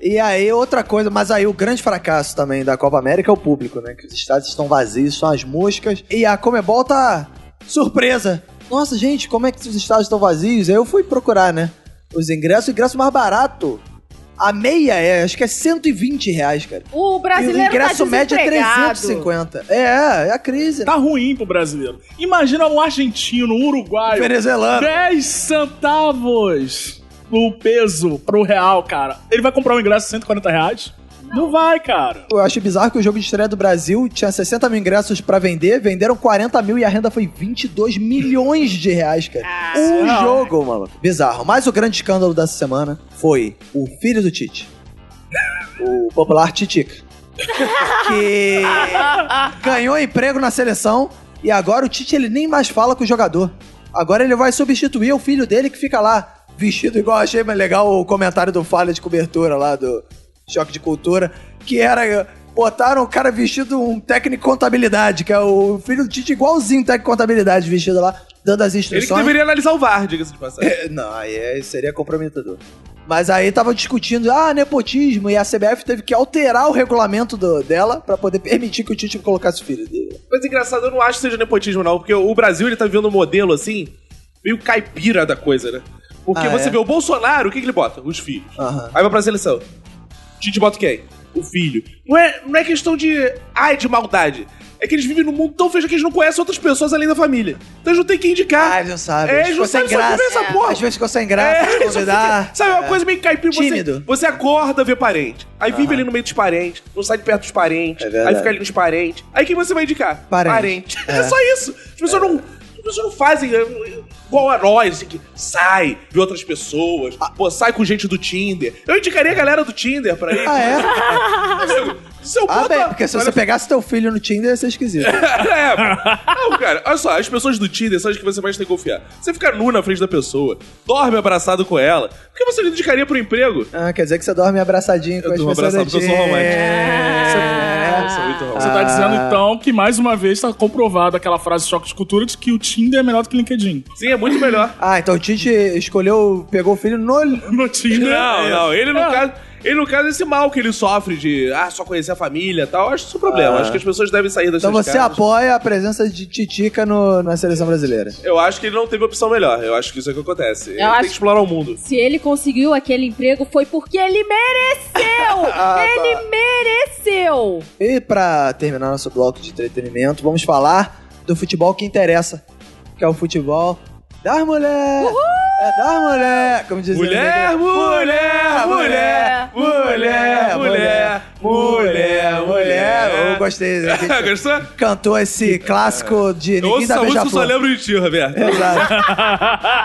S2: E aí, outra coisa, mas aí o grande fracasso também da Copa América é o público, né? Que os estádios estão vazios, são as músicas. E a Comebol tá surpresa. Nossa, gente, como é que os estádios estão vazios? Aí eu fui procurar, né? Os ingressos, o ingresso mais barato. A meia é, acho que é 120 reais, cara.
S4: O
S2: E o
S4: brasileiro
S2: ingresso
S4: tá
S2: médio é
S4: desempregado.
S2: 350. É, é a crise.
S5: Tá ruim pro brasileiro. Imagina um argentino, um uruguaio.
S2: Venezuelano.
S5: 10 centavos o peso pro real, cara. Ele vai comprar um ingresso de 140 reais? Não, vai, cara.
S2: Eu acho bizarro que o jogo de estreia do Brasil tinha 60 mil ingressos pra vender, venderam 40 mil e a renda foi 22 milhões de reais, cara.
S4: Ah,
S2: um
S5: não.
S2: jogo, maluco. Bizarro. Mas o grande escândalo dessa semana foi o filho do Tite. o popular Titica. que ganhou emprego na seleção e agora o Tite ele nem mais fala com o jogador. Agora ele vai substituir o filho dele que fica lá vestido igual achei mais legal o comentário do Falha de cobertura lá do Choque de Cultura, que era botaram o cara vestido um técnico de contabilidade, que é o filho do Tite igualzinho técnico de contabilidade vestido lá dando as
S3: Ele
S2: instruções.
S3: que deveria analisar o VAR, diga-se de passagem.
S2: É, Não, aí é- seria comprometedor. Mas aí tava discutindo, ah, nepotismo, e a CBF teve que alterar o regulamento do- dela pra poder permitir que o Tite colocasse o filho dele.
S3: Mas engraçado, eu não acho que seja nepotismo, não, porque o Brasil ele tá vivendo um modelo assim, meio caipira da coisa, né? Porque
S2: Ah,
S3: você
S2: é?
S3: vê o Bolsonaro, o que, que ele bota? Os filhos.
S2: Aham.
S3: Aí vai pra seleção. Tite bota quem? O filho. Não é, não é questão de. Ai, de maldade. É que eles vivem num mundo tão feio que eles não conhecem outras pessoas além da família. Então eles não tem quem indicar.
S2: Ah, eles não sabem.
S3: É,
S2: eles
S3: eles
S2: ficou
S3: não
S2: sem
S3: sabem, só
S2: graça.
S3: comem essa porra.
S2: Às vezes ficou sem graça,
S3: É,
S2: de
S3: isso
S2: convidar.
S3: fica- sabe, uma
S2: É.
S3: coisa meio caipira. você-
S2: Tímido.
S3: Você, acorda, vê parente. Aí vive ali no meio dos parentes, não sai de perto dos parentes.
S2: É verdade.
S3: aí fica ali nos parentes. Aí quem você vai indicar?
S2: Parente. É.
S3: É, só isso. As pessoas não... As pessoas não fazem é, igual a nós, assim, que sai de outras pessoas,
S2: Ah.
S3: pô, sai com gente do Tinder. Eu indicaria a galera do Tinder pra ir. é
S2: Ah, é?
S3: Amigo, se eu
S2: Ah,
S3: boto-
S2: bem, porque se você
S3: Olha-
S2: pegasse teu filho no Tinder, ia ser esquisito.
S3: É, pô. não, cara, olha só, as pessoas do Tinder são as que você mais tem que confiar. Você fica nu na frente da pessoa, dorme abraçado com ela. Por que você não indicaria pro emprego?
S2: Ah, quer dizer que você dorme abraçadinho com
S3: Eu
S2: as
S3: durmo
S2: pessoas.
S3: abraçado porque eu sou romântico.
S2: É.
S3: Eu sou muito romântico.
S5: Você
S2: Ah.
S5: tá dizendo, então, que mais uma vez tá comprovada aquela frase de choque de cultura de que o Tinder é melhor do que o LinkedIn. [laughs]
S3: Sim, é muito melhor.
S2: Ah, então o Tite escolheu, pegou o filho no
S5: No Tinder.
S3: Não, não, ele no
S5: É.
S3: caso. Ele, no caso, esse mal que ele sofre de ah, só conhecer a família e tal, acho isso um problema.
S2: Ah.
S3: Acho que as pessoas devem sair das
S2: Então
S3: suas
S2: você
S3: casas.
S2: apoia a presença de Titica no- na seleção brasileira.
S3: Eu acho que ele não teve opção melhor. Eu acho que isso é o que acontece. ele
S4: acho-
S3: tem que explorar o mundo.
S4: Se ele conseguiu aquele emprego, foi porque ele mereceu!
S2: [laughs] Ah,
S4: ele mereceu!
S2: E pra terminar nosso bloco de entretenimento, vamos falar do futebol que interessa, que é o futebol das mulher. É das mulher, como dizia.
S3: Mulher, mulher, mulher, mulher, mulher, mulher, mulher,
S2: Eu gostei.
S3: [laughs]
S2: né? A gente
S3: Gostou?
S2: cantou esse clássico de
S3: Eu
S2: ninguém
S3: ouço
S2: da
S3: essa música, eu só
S2: beija-flor.
S3: lembro de ti,
S2: [laughs]
S3: Roberto.
S2: Exato.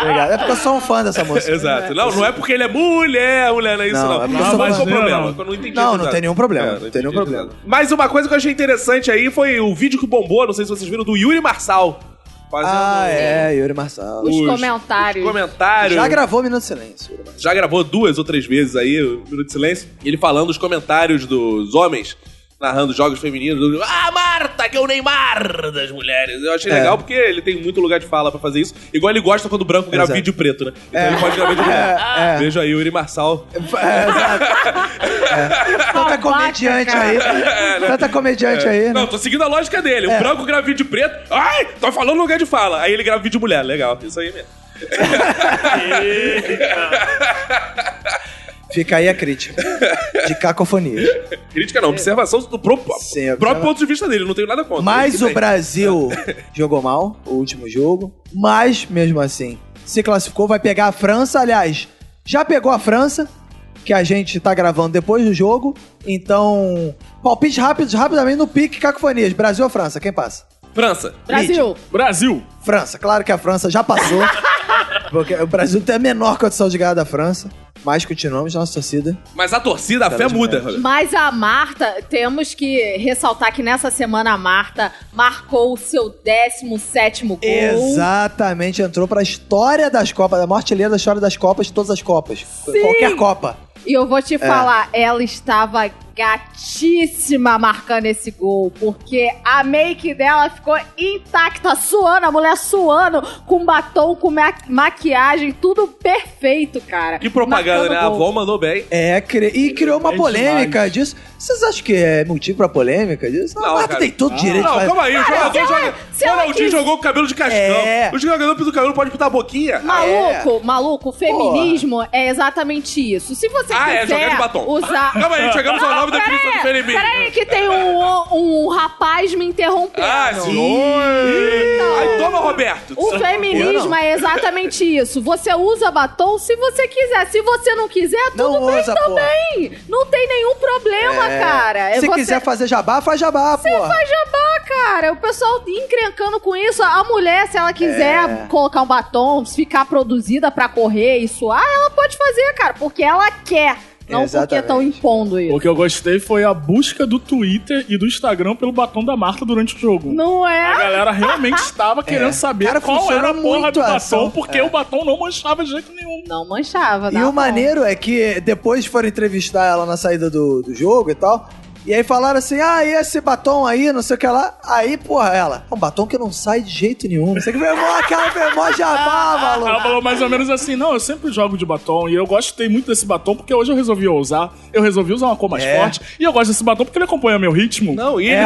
S2: Obrigado. É porque eu sou um fã
S3: [laughs]
S2: dessa música.
S3: Exato. Não, não é porque ele é mulher, mulher, não é isso,
S2: Não, é
S3: não.
S2: porque
S3: Não,
S5: eu sou
S3: mas qual o
S5: brasileiro,
S3: problema?
S5: não.
S3: Eu não entendi.
S2: Não, não
S3: exato.
S2: tem nenhum problema,
S3: É,
S2: não tem
S3: entendi,
S2: nenhum problema.
S3: exato. Mas uma coisa que eu achei interessante aí foi o vídeo que bombou, não sei se vocês viram, do Yuri Marçal. Fazendo
S2: Ah, é, Yuri Marçal.
S4: Os
S3: Os-
S4: comentários.
S3: comentário.
S2: Já gravou Minuto de Silêncio, Yuri Marçal.
S3: um já gravou duas ou três vezes aí o Minuto de Silêncio, e ele falando os comentários dos homens narrando jogos femininos. Ah, Marta, que é o Neymar das mulheres. Eu
S2: É.
S3: achei legal porque ele tem muito lugar de fala pra fazer isso. Igual ele gosta quando o branco grava
S2: Exato.
S3: vídeo preto, né? Então ele pode
S2: [laughs]
S3: gravar vídeo preto.
S2: É, é.
S3: Beijo aí, Yuri Marçal.
S2: É, exato. É. Tanta comediante aí. Tanta comediante aí,
S3: Não,
S2: né? É.
S3: tô seguindo a lógica dele. O branco grava vídeo preto. Ai, tô falando lugar de fala. Aí ele grava vídeo mulher. Legal, isso aí mesmo.
S2: Fica aí a crítica. De cacofonias.
S3: Crítica não, observação do pro-
S2: É. Sim, observa-
S3: próprio ponto de vista dele. Não tenho nada contra. Ele
S2: Mas
S3: que
S2: o
S3: tem.
S2: Brasil jogou mal, o último jogo. Mas, mesmo assim, se classificou, vai pegar a França. Aliás, já pegou a França, que a gente tá gravando depois do jogo. Então, palpites rápidos, rapidamente no pique, cacofonias. Brasil ou França? Quem passa?
S3: França.
S4: Brasil,
S5: Brasil!
S2: França. Claro que a França já passou. porque o Brasil tem a menor condição de ganhar da França. Mas continuamos nossa torcida.
S3: Mas a torcida, a
S2: Cara
S3: fé é
S2: de
S3: muda.
S2: merda.
S3: Roberto.
S4: mas a Marta, temos que ressaltar que nessa semana a Marta marcou o seu 17 gol.
S2: Exatamente, entrou pra história das Copas, da maior artilheira da história das Copas, de todas as Copas. Qualquer Copa.
S4: E eu vou te falar, ela estava gatíssima marcando esse gol, porque a make dela ficou intacta, suando, a mulher suando, com batom, com ma- maquiagem, tudo perfeito, cara.
S3: Que propaganda,
S4: Marcando
S3: né? A
S4: gol.
S3: avó mandou bem.
S2: É, cre- e criou uma
S5: É
S2: polêmica disso. Vocês acham que é motivo pra polêmica disso? Não,
S3: Não,
S2: a Marta
S3: cara. Ah,
S2: tem todo direito de
S3: Não,
S2: fazer.
S3: calma aí, o jogador joga.
S4: se ela
S3: Ronaldinho
S4: quis-
S3: jogou com o cabelo de cascão.
S2: É.
S3: O jogador pisa o cabelo, pode pintar a boquinha.
S4: Maluco, maluco, o feminismo é exatamente isso. Se você
S3: Ah, é,
S4: quiser
S3: jogar de batom.
S4: usar...
S3: Calma aí, chegamos ao nome da definição de
S4: Ah, Peraí,
S3: feminismo.
S4: peraí, que tem um, um rapaz me interrompendo.
S3: Ah, senhor! Aí toma, Roberto.
S4: O
S2: Eu
S4: feminismo
S2: não.
S4: é exatamente isso. Você usa batom se você quiser. Se você não quiser, tudo
S2: Não
S4: bem
S2: usa, pô.
S4: também. Não tem nenhum problema, cara. É
S2: Se
S4: você-
S2: quiser fazer jabá, faz jabá, pô.
S4: Você faz jabá, cara. O pessoal encrencando com isso. A mulher, se ela quiser
S2: É.
S4: colocar um batom, se ficar produzida pra correr e suar, ela pode fazer, cara. Porque ela quer. Não porque
S2: Exatamente.
S4: estão impondo isso.
S5: O que eu gostei foi a busca do Twitter e do Instagram pelo batom da Marta durante o jogo.
S4: Não
S5: A
S4: é?
S5: galera realmente estava querendo saber
S2: É. Cara,
S5: qual
S2: funciona
S5: era a porra
S2: muito
S5: do
S2: a
S5: batom,
S2: ação.
S5: porque
S2: É.
S5: o batom não manchava de jeito nenhum.
S4: Não manchava,
S2: E
S4: dá
S2: o
S4: bom.
S2: maneiro é que depois foram entrevistar ela na saída do, do jogo e tal. E aí falaram assim: ah, e esse batom aí, não sei o que lá. Aí, porra, ela. "É Um batom que não sai de jeito nenhum. Você que meu irmão, aquela meu irmão
S4: [laughs]
S2: jabá,
S5: Ela
S2: maluco.
S5: falou mais ou menos assim: não, eu sempre jogo de batom e eu gostei muito desse batom porque hoje eu resolvi usar. Eu resolvi usar uma cor mais
S2: É.
S5: forte e eu gosto desse batom porque ele acompanha meu ritmo.
S3: Não, e ele,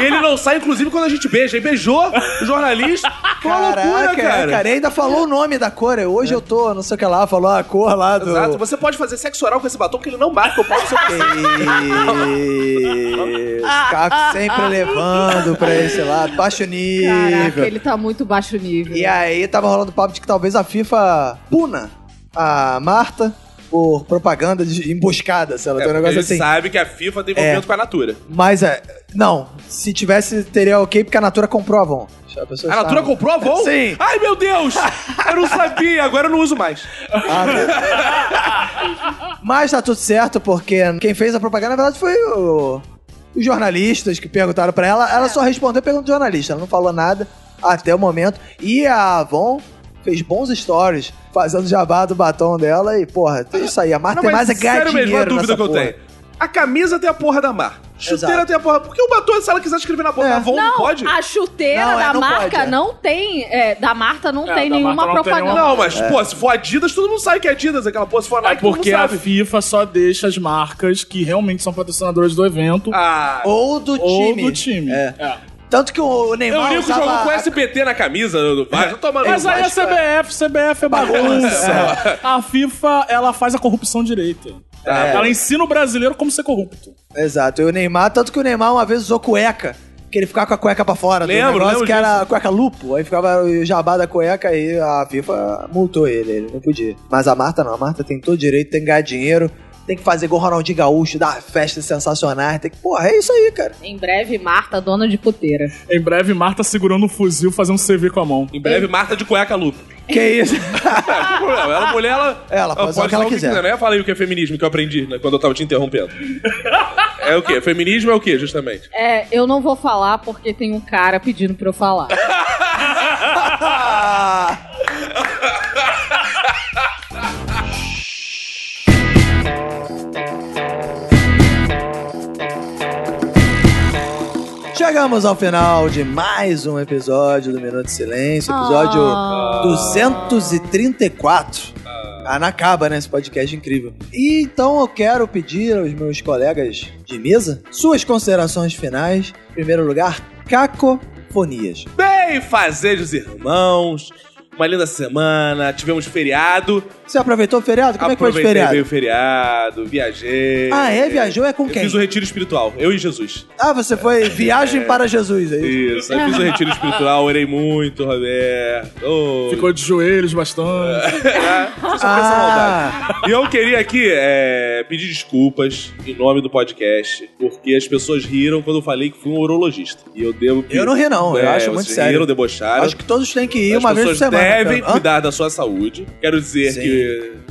S3: e ele não sai, inclusive, quando a gente beija. Ele beijou o jornalista. Que uma loucura,
S2: é,
S3: cara.
S2: E ainda falou o nome da cor. Eu, Hoje eu tô, não sei o que lá, falou a cor lá do. [laughs]
S3: Exato. Você pode fazer sexo oral com esse batom que ele não marca o pau do seu pé.
S2: Isso,
S3: Ah.
S2: Caco sempre levando pra esse lado, baixo
S4: Caraca,
S2: nível.
S4: ele tá muito baixo nível.
S2: E aí tava rolando papo de que talvez a FIFA puna a Marta por propaganda de emboscada, sei lá, tem um negócio
S3: ele
S2: assim. É.
S3: sabe que a FIFA tem envolvimento com a Natura.
S2: Mas é, não, se tivesse teria ok porque a Natura comprou a Avon.
S3: A Natura comprou a Avon?
S2: Sim.
S3: Ai, meu Deus! Eu não sabia, agora eu não uso mais.
S2: Ah, Mas tá tudo certo, porque quem fez a propaganda, na verdade, foi o- os jornalistas que perguntaram pra ela. Ela só respondeu pergunta do jornalista, ela não falou nada até o momento. E a Avon fez bons stories fazendo jabá do batom dela e, porra, é isso aí. A Marta
S3: Não,
S2: tem mais é ganhar
S3: sério
S2: dinheiro
S3: mesmo, é a
S2: nessa
S3: dúvida que eu
S2: porra.
S3: tenho. A camisa tem a porra da mar. Chuteira
S2: Exato.
S3: tem a porra. Por que o batom, se ela quiser escrever na porra
S2: É.
S3: da Avon, não,
S4: Não,
S3: pode?
S4: a chuteira
S2: Não, é,
S4: da
S2: não
S4: marca
S2: pode, é.
S4: não tem. é, da Marta não
S5: É,
S4: tem
S5: da
S4: nenhuma
S5: Marta não tem
S4: propaganda.
S5: nenhuma.
S3: Não, mas,
S2: É.
S3: pô, se for Adidas, todo mundo sabe que é Adidas. Aquela porra, se for
S5: É
S3: Nike, todo mundo
S5: porque a
S3: sabe.
S5: FIFA só deixa as marcas que realmente são patrocinadoras do evento
S3: Ah,
S2: Ou do
S5: ou
S2: time.
S5: do time.
S2: É.
S5: É.
S2: Tanto que o
S3: eu
S2: Neymar
S3: li que
S2: usava...
S3: jogou com SBT na camisa né, do Vasco. Tomando
S5: Mas aí a CBF, CBF é bagunça. a FIFA, ela faz a corrupção direita.
S2: É.
S5: Ela ensina o brasileiro como ser corrupto.
S2: Exato, e o Neymar... Tanto que o Neymar uma vez usou cueca. Que ele ficava com a cueca pra fora. do
S3: Lembro,
S2: negócio,
S3: lembro
S2: que era cueca lupo. Aí ficava o jabá da cueca e a FIFA multou ele. Ele não podia. Mas a Marta não. A Marta tem todo direito, tem que ganhar dinheiro. Tem que fazer gol Ronaldinho Gaúcho, dar festas sensacionais. Tem que... Porra, é isso aí, cara.
S4: Em breve, Marta, dona de puteira.
S5: Em breve, Marta segurando um fuzil, fazendo CV com a mão.
S3: Em breve, Marta de cueca lupa.
S2: Que isso?
S3: [laughs] É, não tem problema. Ela, mulher, ela...
S2: É, Ela faz o que ela quiser.
S3: Não é falar aí o que é feminismo que eu aprendi né, quando eu tava te [laughs] interrompendo. é o quê? Feminismo é o quê, justamente?
S4: É, eu não vou falar porque tem um cara pedindo pra eu falar.
S2: [laughs] Chegamos ao final de mais um episódio do Minuto de Silêncio, episódio
S6: Ah.
S2: 234. Anacaba, né? Esse podcast incrível. E então eu quero pedir aos meus colegas de mesa suas considerações finais. Em primeiro lugar, cacofonias.
S3: Bem fazejos, irmãos. Uma linda semana. Tivemos feriado.
S2: Você aproveitou o feriado? Como
S3: Aproveitei
S2: é que foi
S3: bem
S2: o
S3: o feriado. Viajei.
S2: feriado? Ah, é? Viajou? É com
S3: Eu
S2: quem?
S3: fiz um- o retiro espiritual. Eu e Jesus.
S2: Ah, você foi viagem para Jesus é aí.
S3: Isso. Eu fiz
S2: [laughs]
S3: o retiro espiritual. Orei muito, Roberto. Ô,
S5: Ficou de joelhos bastante.
S2: Ah,
S3: E eu queria aqui é, pedir desculpas em nome do podcast, porque as pessoas riram quando eu falei que fui um urologista. E eu devo. É,
S2: Eu não ri, não. Eu acho
S3: vocês
S2: muito sério.
S3: Riram, debocharam.
S2: acho que todos têm que ir
S3: As
S2: uma vez por
S3: pessoas
S2: semana. então.
S3: devem
S2: cara. Hã?
S3: cuidar da sua saúde. Quero dizer
S2: Sim.
S3: que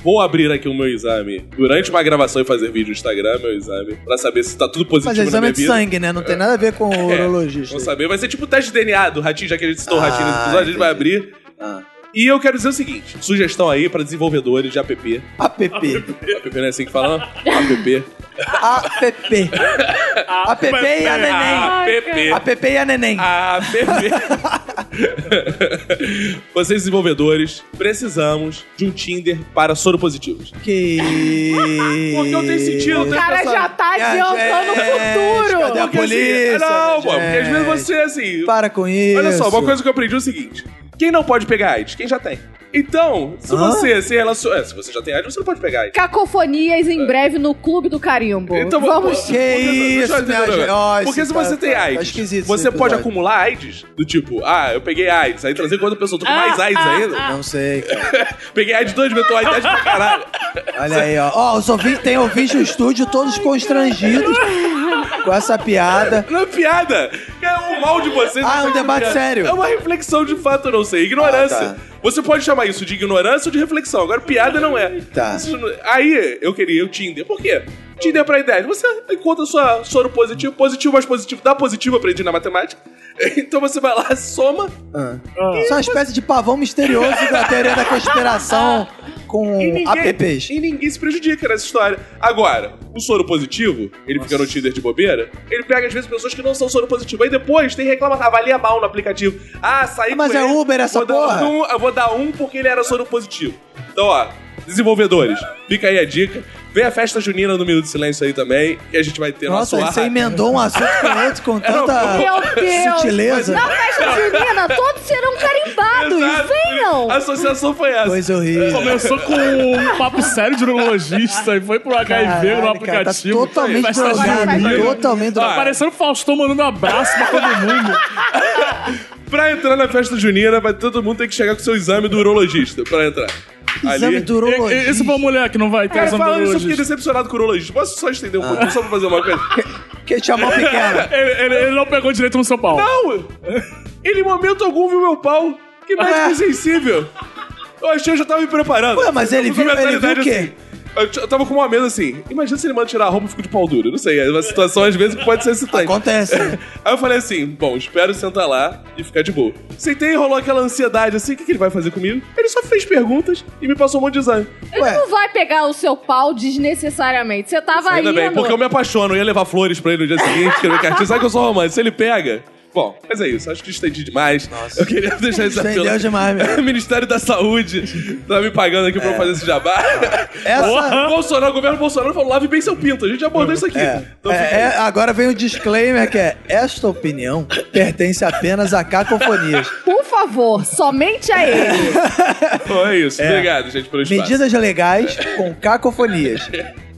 S3: vou abrir aqui o meu exame durante uma gravação e fazer vídeo no Instagram, meu exame, pra saber se tá tudo positivo
S2: Mas é
S3: na
S2: exame
S3: minha
S2: de
S3: vida.
S2: sangue, né? Não tem nada a ver com o urologista.
S3: Vou saber. Vai ser tipo o teste de DNA do ratinho, já que a gente citou o
S2: Ah,
S3: ratinho nesse episódio, a gente vai abrir.
S2: Ah.
S3: E eu quero dizer o seguinte: sugestão aí pra desenvolvedores de app.
S2: APP.
S3: app não é assim que fala? app.
S2: APP.
S5: Ah,
S2: APP
S5: é,
S2: e Ah, a é neném.
S3: App.
S2: APP e a neném.
S3: Ah, bebê. [laughs] Vocês desenvolvedores, precisamos de um Tinder para soropositivos.
S2: Que...
S3: Porque não tem sentido,
S4: O
S3: tem
S4: cara
S3: pessoa-
S4: já tá
S2: E a
S4: adiantando o
S2: gente? Cadê
S4: futuro.
S2: É a
S3: Porque, assim,
S2: polícia? né,
S3: não, pô, porque às
S2: gente?
S3: vezes você, assim...
S2: Para com isso.
S3: Olha só, uma coisa que eu aprendi é o seguinte. Quem não pode pegar AIDS? Quem já tem. Então, se
S2: Hã?
S3: você se relaciona... é, Se você já tem AIDS, você não pode pegar AIDS.
S4: Cacofonias em breve no Clube do Carimbo.
S3: Então,
S4: Vamos.
S3: pô,
S2: Que
S3: deixa eu
S2: isso,
S3: entender
S2: minha
S3: um negócio.
S2: gente. Ó, esse
S3: Porque se
S2: cara
S3: você tem
S2: tá- tá
S3: AIDS,
S2: esquisito esse
S3: você pode
S2: episódio.
S3: acumular AIDS. Do tipo, ah, eu peguei AIDS. Aí trazer quando a pessoa, tô com mais AIDS ainda.
S2: Não sei, cara.
S3: [laughs] Peguei AIDS dois, mas tô AIDS pra caralho.
S2: Olha aí, ó. Ó, os ouvintes, tem ouvintes no estúdio todos constrangidos com essa piada.
S3: Não é piada. É o mal de vocês.
S2: Ah, é um
S3: Não é
S2: debate
S3: piada.
S2: sério.
S3: É uma reflexão de fato, eu não sei. Ignorância.
S2: Ah, tá.
S3: Você pode chamar isso de ignorância ou de reflexão. Agora, piada não é.
S2: Tá.
S3: Isso não- Aí, eu queria o Tinder. Por quê? Tinder é pra ideia. Você encontra sua soro positivo, positivo mais positivo, dá positivo, aprendi na matemática. [laughs] Então você vai lá, soma.
S2: Ah. Isso é uma espécie de pavão misterioso da teoria da conspiração com
S3: E ninguém,
S2: apps.
S3: e ninguém se prejudica nessa história. Agora, o soro positivo, ele fica no Tinder de bobeira, ele pega às vezes pessoas que não são soro positivo. Aí depois tem reclamação, avalia mal no aplicativo. Ah, saí
S2: Mas
S3: com
S2: é
S3: ele,
S2: Uber essa
S3: vou dar
S2: porra?
S3: um- eu vou dar um porque ele era soro positivo. Então, ó, desenvolvedores, fica aí a dica. Vem a festa junina no Minuto de Silêncio aí também, e a gente vai ter
S2: Nossa,
S3: nosso
S2: aí você
S3: ar.
S2: emendou um assunto com outro
S3: [laughs]
S2: com
S4: [laughs] Meu
S2: tanta
S4: Deus.
S2: sutileza.
S4: Na festa junina, todos serão carimbados.
S3: Exato.
S4: Venham.
S3: A associação foi essa.
S2: Coisa horrível.
S5: Começou com um papo sério de urologista e foi pro HIV no
S2: Caralho, cara, tá
S5: aplicativo.
S2: totalmente
S5: Festa junina.
S2: drogado. Totalmente
S5: Tá
S2: drogado.
S5: parecendo o Faustão mandando um abraço pra todo mundo.
S3: Pra entrar na festa junina, vai todo mundo ter que chegar com seu exame do urologista pra entrar.
S2: Exame do
S3: Ali.
S5: E- e- Isso
S2: urologista.
S5: pra mulher que não vai ter
S3: Cara,
S5: exame do
S3: falando isso, eu fiquei
S5: urologista.
S3: decepcionado com o urologista. Posso só estender um pouquinho, só pra fazer uma coisa?
S2: Que tinha mão pequena.
S5: Ele, ele- ele não pegou direito no seu pau.
S3: Não! Ele, em momento algum, viu meu pau. Que médico
S2: Ué.
S3: insensível. Eu achei que eu já tava me preparando.
S2: É. Ué, mas ele
S3: Eu tava com a
S2: viu- ele viu o quê?
S3: mentalidade assim. Eu t- Eu tava com uma medo assim. Imagina se ele manda tirar a roupa e fico de pau duro. Não sei, é uma situação às vezes que pode ser excitante.
S2: Acontece.
S3: Aí eu falei assim: bom, espero sentar lá e ficar de boa. Sentei e rolou aquela ansiedade assim: o que, que ele vai fazer comigo? Ele só fez perguntas e me passou um monte de exame.
S4: Ele
S2: Ué.
S4: não vai pegar o seu pau desnecessariamente. Você tava aí.
S3: Ainda bem, porque eu me apaixono. Eu ia levar flores pra ele no dia seguinte, escrever cartinha. Sabe que eu sou romântico? Se ele pega... Bom, mas é isso. Acho que estendi demais. Eu queria deixar isso aqui.
S2: Estendeu demais, meu.
S3: O [laughs] Ministério da Saúde tá me pagando aqui pra eu fazer esse jabá.
S2: É. Essa...
S3: Bolsonaro, o governo Bolsonaro falou, lave bem seu pinto. A gente já abordou isso aqui.
S2: É,
S3: Então,
S2: é,
S3: fica aí.
S2: é, agora vem o disclaimer que é esta opinião pertence apenas a cacofonias.
S3: [laughs]
S4: Por favor, somente
S2: [laughs]
S4: a ele.
S3: Então é isso. Obrigado, gente, pelo espaço.
S2: Medidas legais com cacofonias.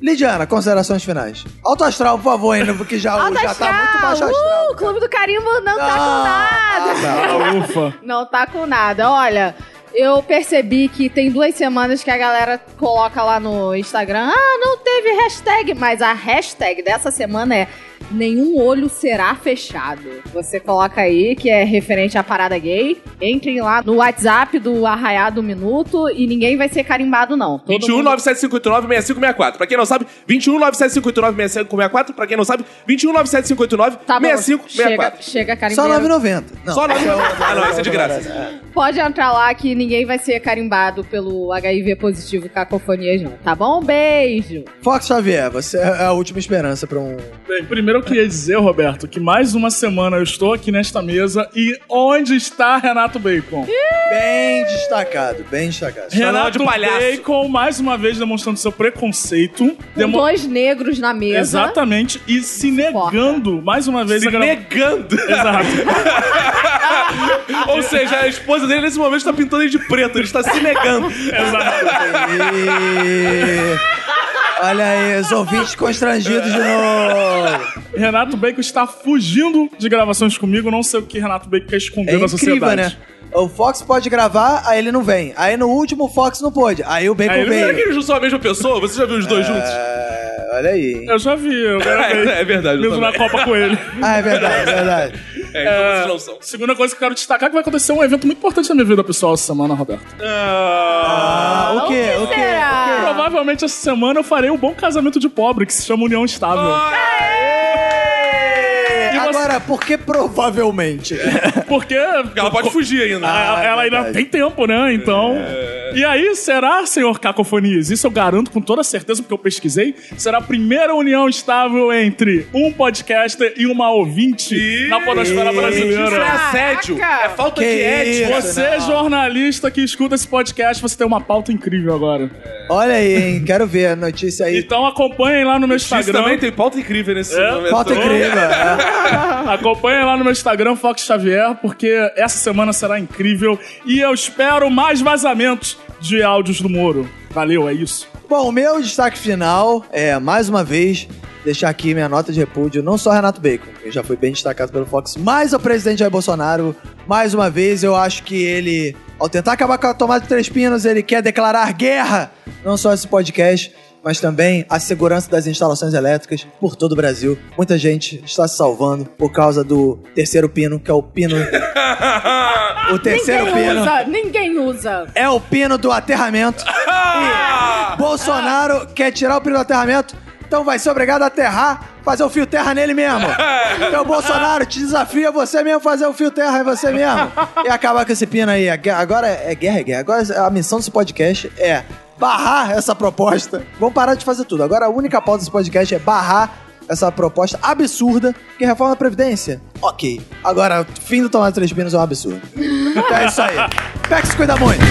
S2: Lidiana, considerações finais. Alto astral, por favor, ainda, porque já,
S4: Alto
S2: já tá muito baixo
S4: astral.
S2: astral.
S4: Uh, o Clube do Carimbo não, tá com nada.
S2: Ah, tá.
S5: Ah, ufa.
S4: Não tá com nada. Olha, eu percebi que tem duas semanas que a galera coloca lá no Instagram. Ah, não teve hashtag, mas a hashtag dessa semana é Nenhum olho será fechado. Você coloca aí que é referente à parada gay. Entrem lá no WhatsApp do Arraiá do Minuto e ninguém vai ser carimbado, não. Todo
S3: 21
S4: mundo-
S3: 9759 6564. Pra quem não sabe, 21 9759 6564. Pra quem não sabe, 21 9759
S4: Tá bom,
S3: 6564.
S4: chega, chega
S2: Só
S4: carimbeiro.
S2: 9,90. Não.
S3: Só 9 Ah, não, isso é de graça.
S4: Pode entrar lá que ninguém vai ser carimbado pelo HIV positivo cacofonias, não. Tá bom? Beijo!
S2: Fox Xavier, você é a última esperança pra um.
S5: Bem, primeiro Primeiro eu queria dizer, Roberto, que mais uma semana eu estou aqui nesta mesa e onde está Renato Bacon?
S2: Bem destacado, bem
S3: [laughs]
S2: destacado.
S3: na hora
S5: Renato
S3: de palhaço.
S5: Bacon, mais uma vez, demonstrando seu preconceito.
S4: Com
S5: demo-
S4: dois negros na mesa.
S5: Exatamente. E se negando, mais uma vez,
S3: Se
S5: a gra-
S2: [laughs]
S3: negando.
S5: Exato.
S3: [laughs] Ou seja, a esposa dele nesse momento está pintando ele de preto, ele está se [laughs] negando.
S5: Exato.
S2: E... Olha aí, os ouvintes constrangidos de novo.
S5: Renato Bacon está fugindo de gravações comigo. Não sei o que Renato Bacon quer esconder
S2: É
S5: da
S2: incrível,
S5: sociedade.
S2: né? O Fox pode gravar, aí ele não vem. Aí no último o Fox não pôde. Aí o Bacon
S5: Aí ele-
S3: Será que
S2: veio.
S3: eles não são a mesma pessoa? Você já viu os dois juntos?
S2: É, olha aí. hein?
S5: Eu já vi, eu gravei.
S3: É, é verdade, eu
S5: Mesmo na
S3: também.
S5: Copa com ele.
S2: Ah, é verdade, é verdade.
S3: É, então vocês não são.
S5: Segunda coisa que eu quero destacar é que vai acontecer um evento muito importante na minha vida pessoal essa semana, Roberto.
S3: Ah,
S2: Ah, o quê?
S4: que
S2: O quê?
S4: será?
S5: Provavelmente essa semana eu farei um bom casamento de pobre, que se chama União Estável.
S3: Ah.
S5: E você-
S2: Agora, por que provavelmente?
S5: Porque
S3: Ela pode fugir né? É. ainda.
S5: ela, ela ainda tem tempo, né? Então. E aí, será, senhor Cacofonias? Isso eu garanto com toda certeza, porque eu pesquisei. Será a primeira união estável entre um podcaster e uma ouvinte
S3: Ih,
S5: na Podosfera
S3: Isso é
S5: Brasileira.
S3: assédio.
S4: Caraca.
S3: É falta
S2: Que
S3: de ética.
S2: isso?
S5: Você, jornalista que escuta esse podcast, você tem uma pauta incrível agora.
S2: Olha aí, hein? Quero ver a notícia
S3: É.
S2: aí.
S5: Então acompanhem lá no meu
S3: Isso
S5: Instagram.
S3: também tem pauta incrível nesse
S5: É,
S3: momento.
S2: Falta incrível. é.
S5: Acompanhem lá no meu Instagram, Fox Xavier, porque essa semana será incrível. E eu espero mais vazamentos de áudios do Moro. Valeu, é isso.
S2: Bom, o meu destaque final é, mais uma vez, deixar aqui minha nota de repúdio, não só a Renato Bacon, que já foi bem destacado pelo Fox, mas ao presidente Jair Bolsonaro. Mais uma vez, eu acho que ele, ao tentar acabar com a tomada de três pinos, ele quer declarar guerra, não só a esse podcast, mas também a segurança das instalações elétricas por todo o Brasil. Muita gente está se salvando por causa do terceiro pino, que é o pino. o terceiro
S4: Ninguém
S2: pino.
S4: usa, ninguém usa.
S2: É o pino do aterramento. E Bolsonaro quer tirar o pino do aterramento, então vai ser obrigado a aterrar, fazer o fio terra nele mesmo. Então, Bolsonaro, te desafia você mesmo fazer o fio terra em você mesmo. E acabar com esse pino aí. A guerra- Agora é guerra, é guerra. Agora a missão desse podcast é barrar essa proposta. Vamos parar de fazer tudo. Agora a única pauta desse podcast é barrar essa proposta absurda que reforma a Previdência. Ok. Agora, fim do tomate três pinos é um absurdo. Então é isso aí. Pex cuida muito.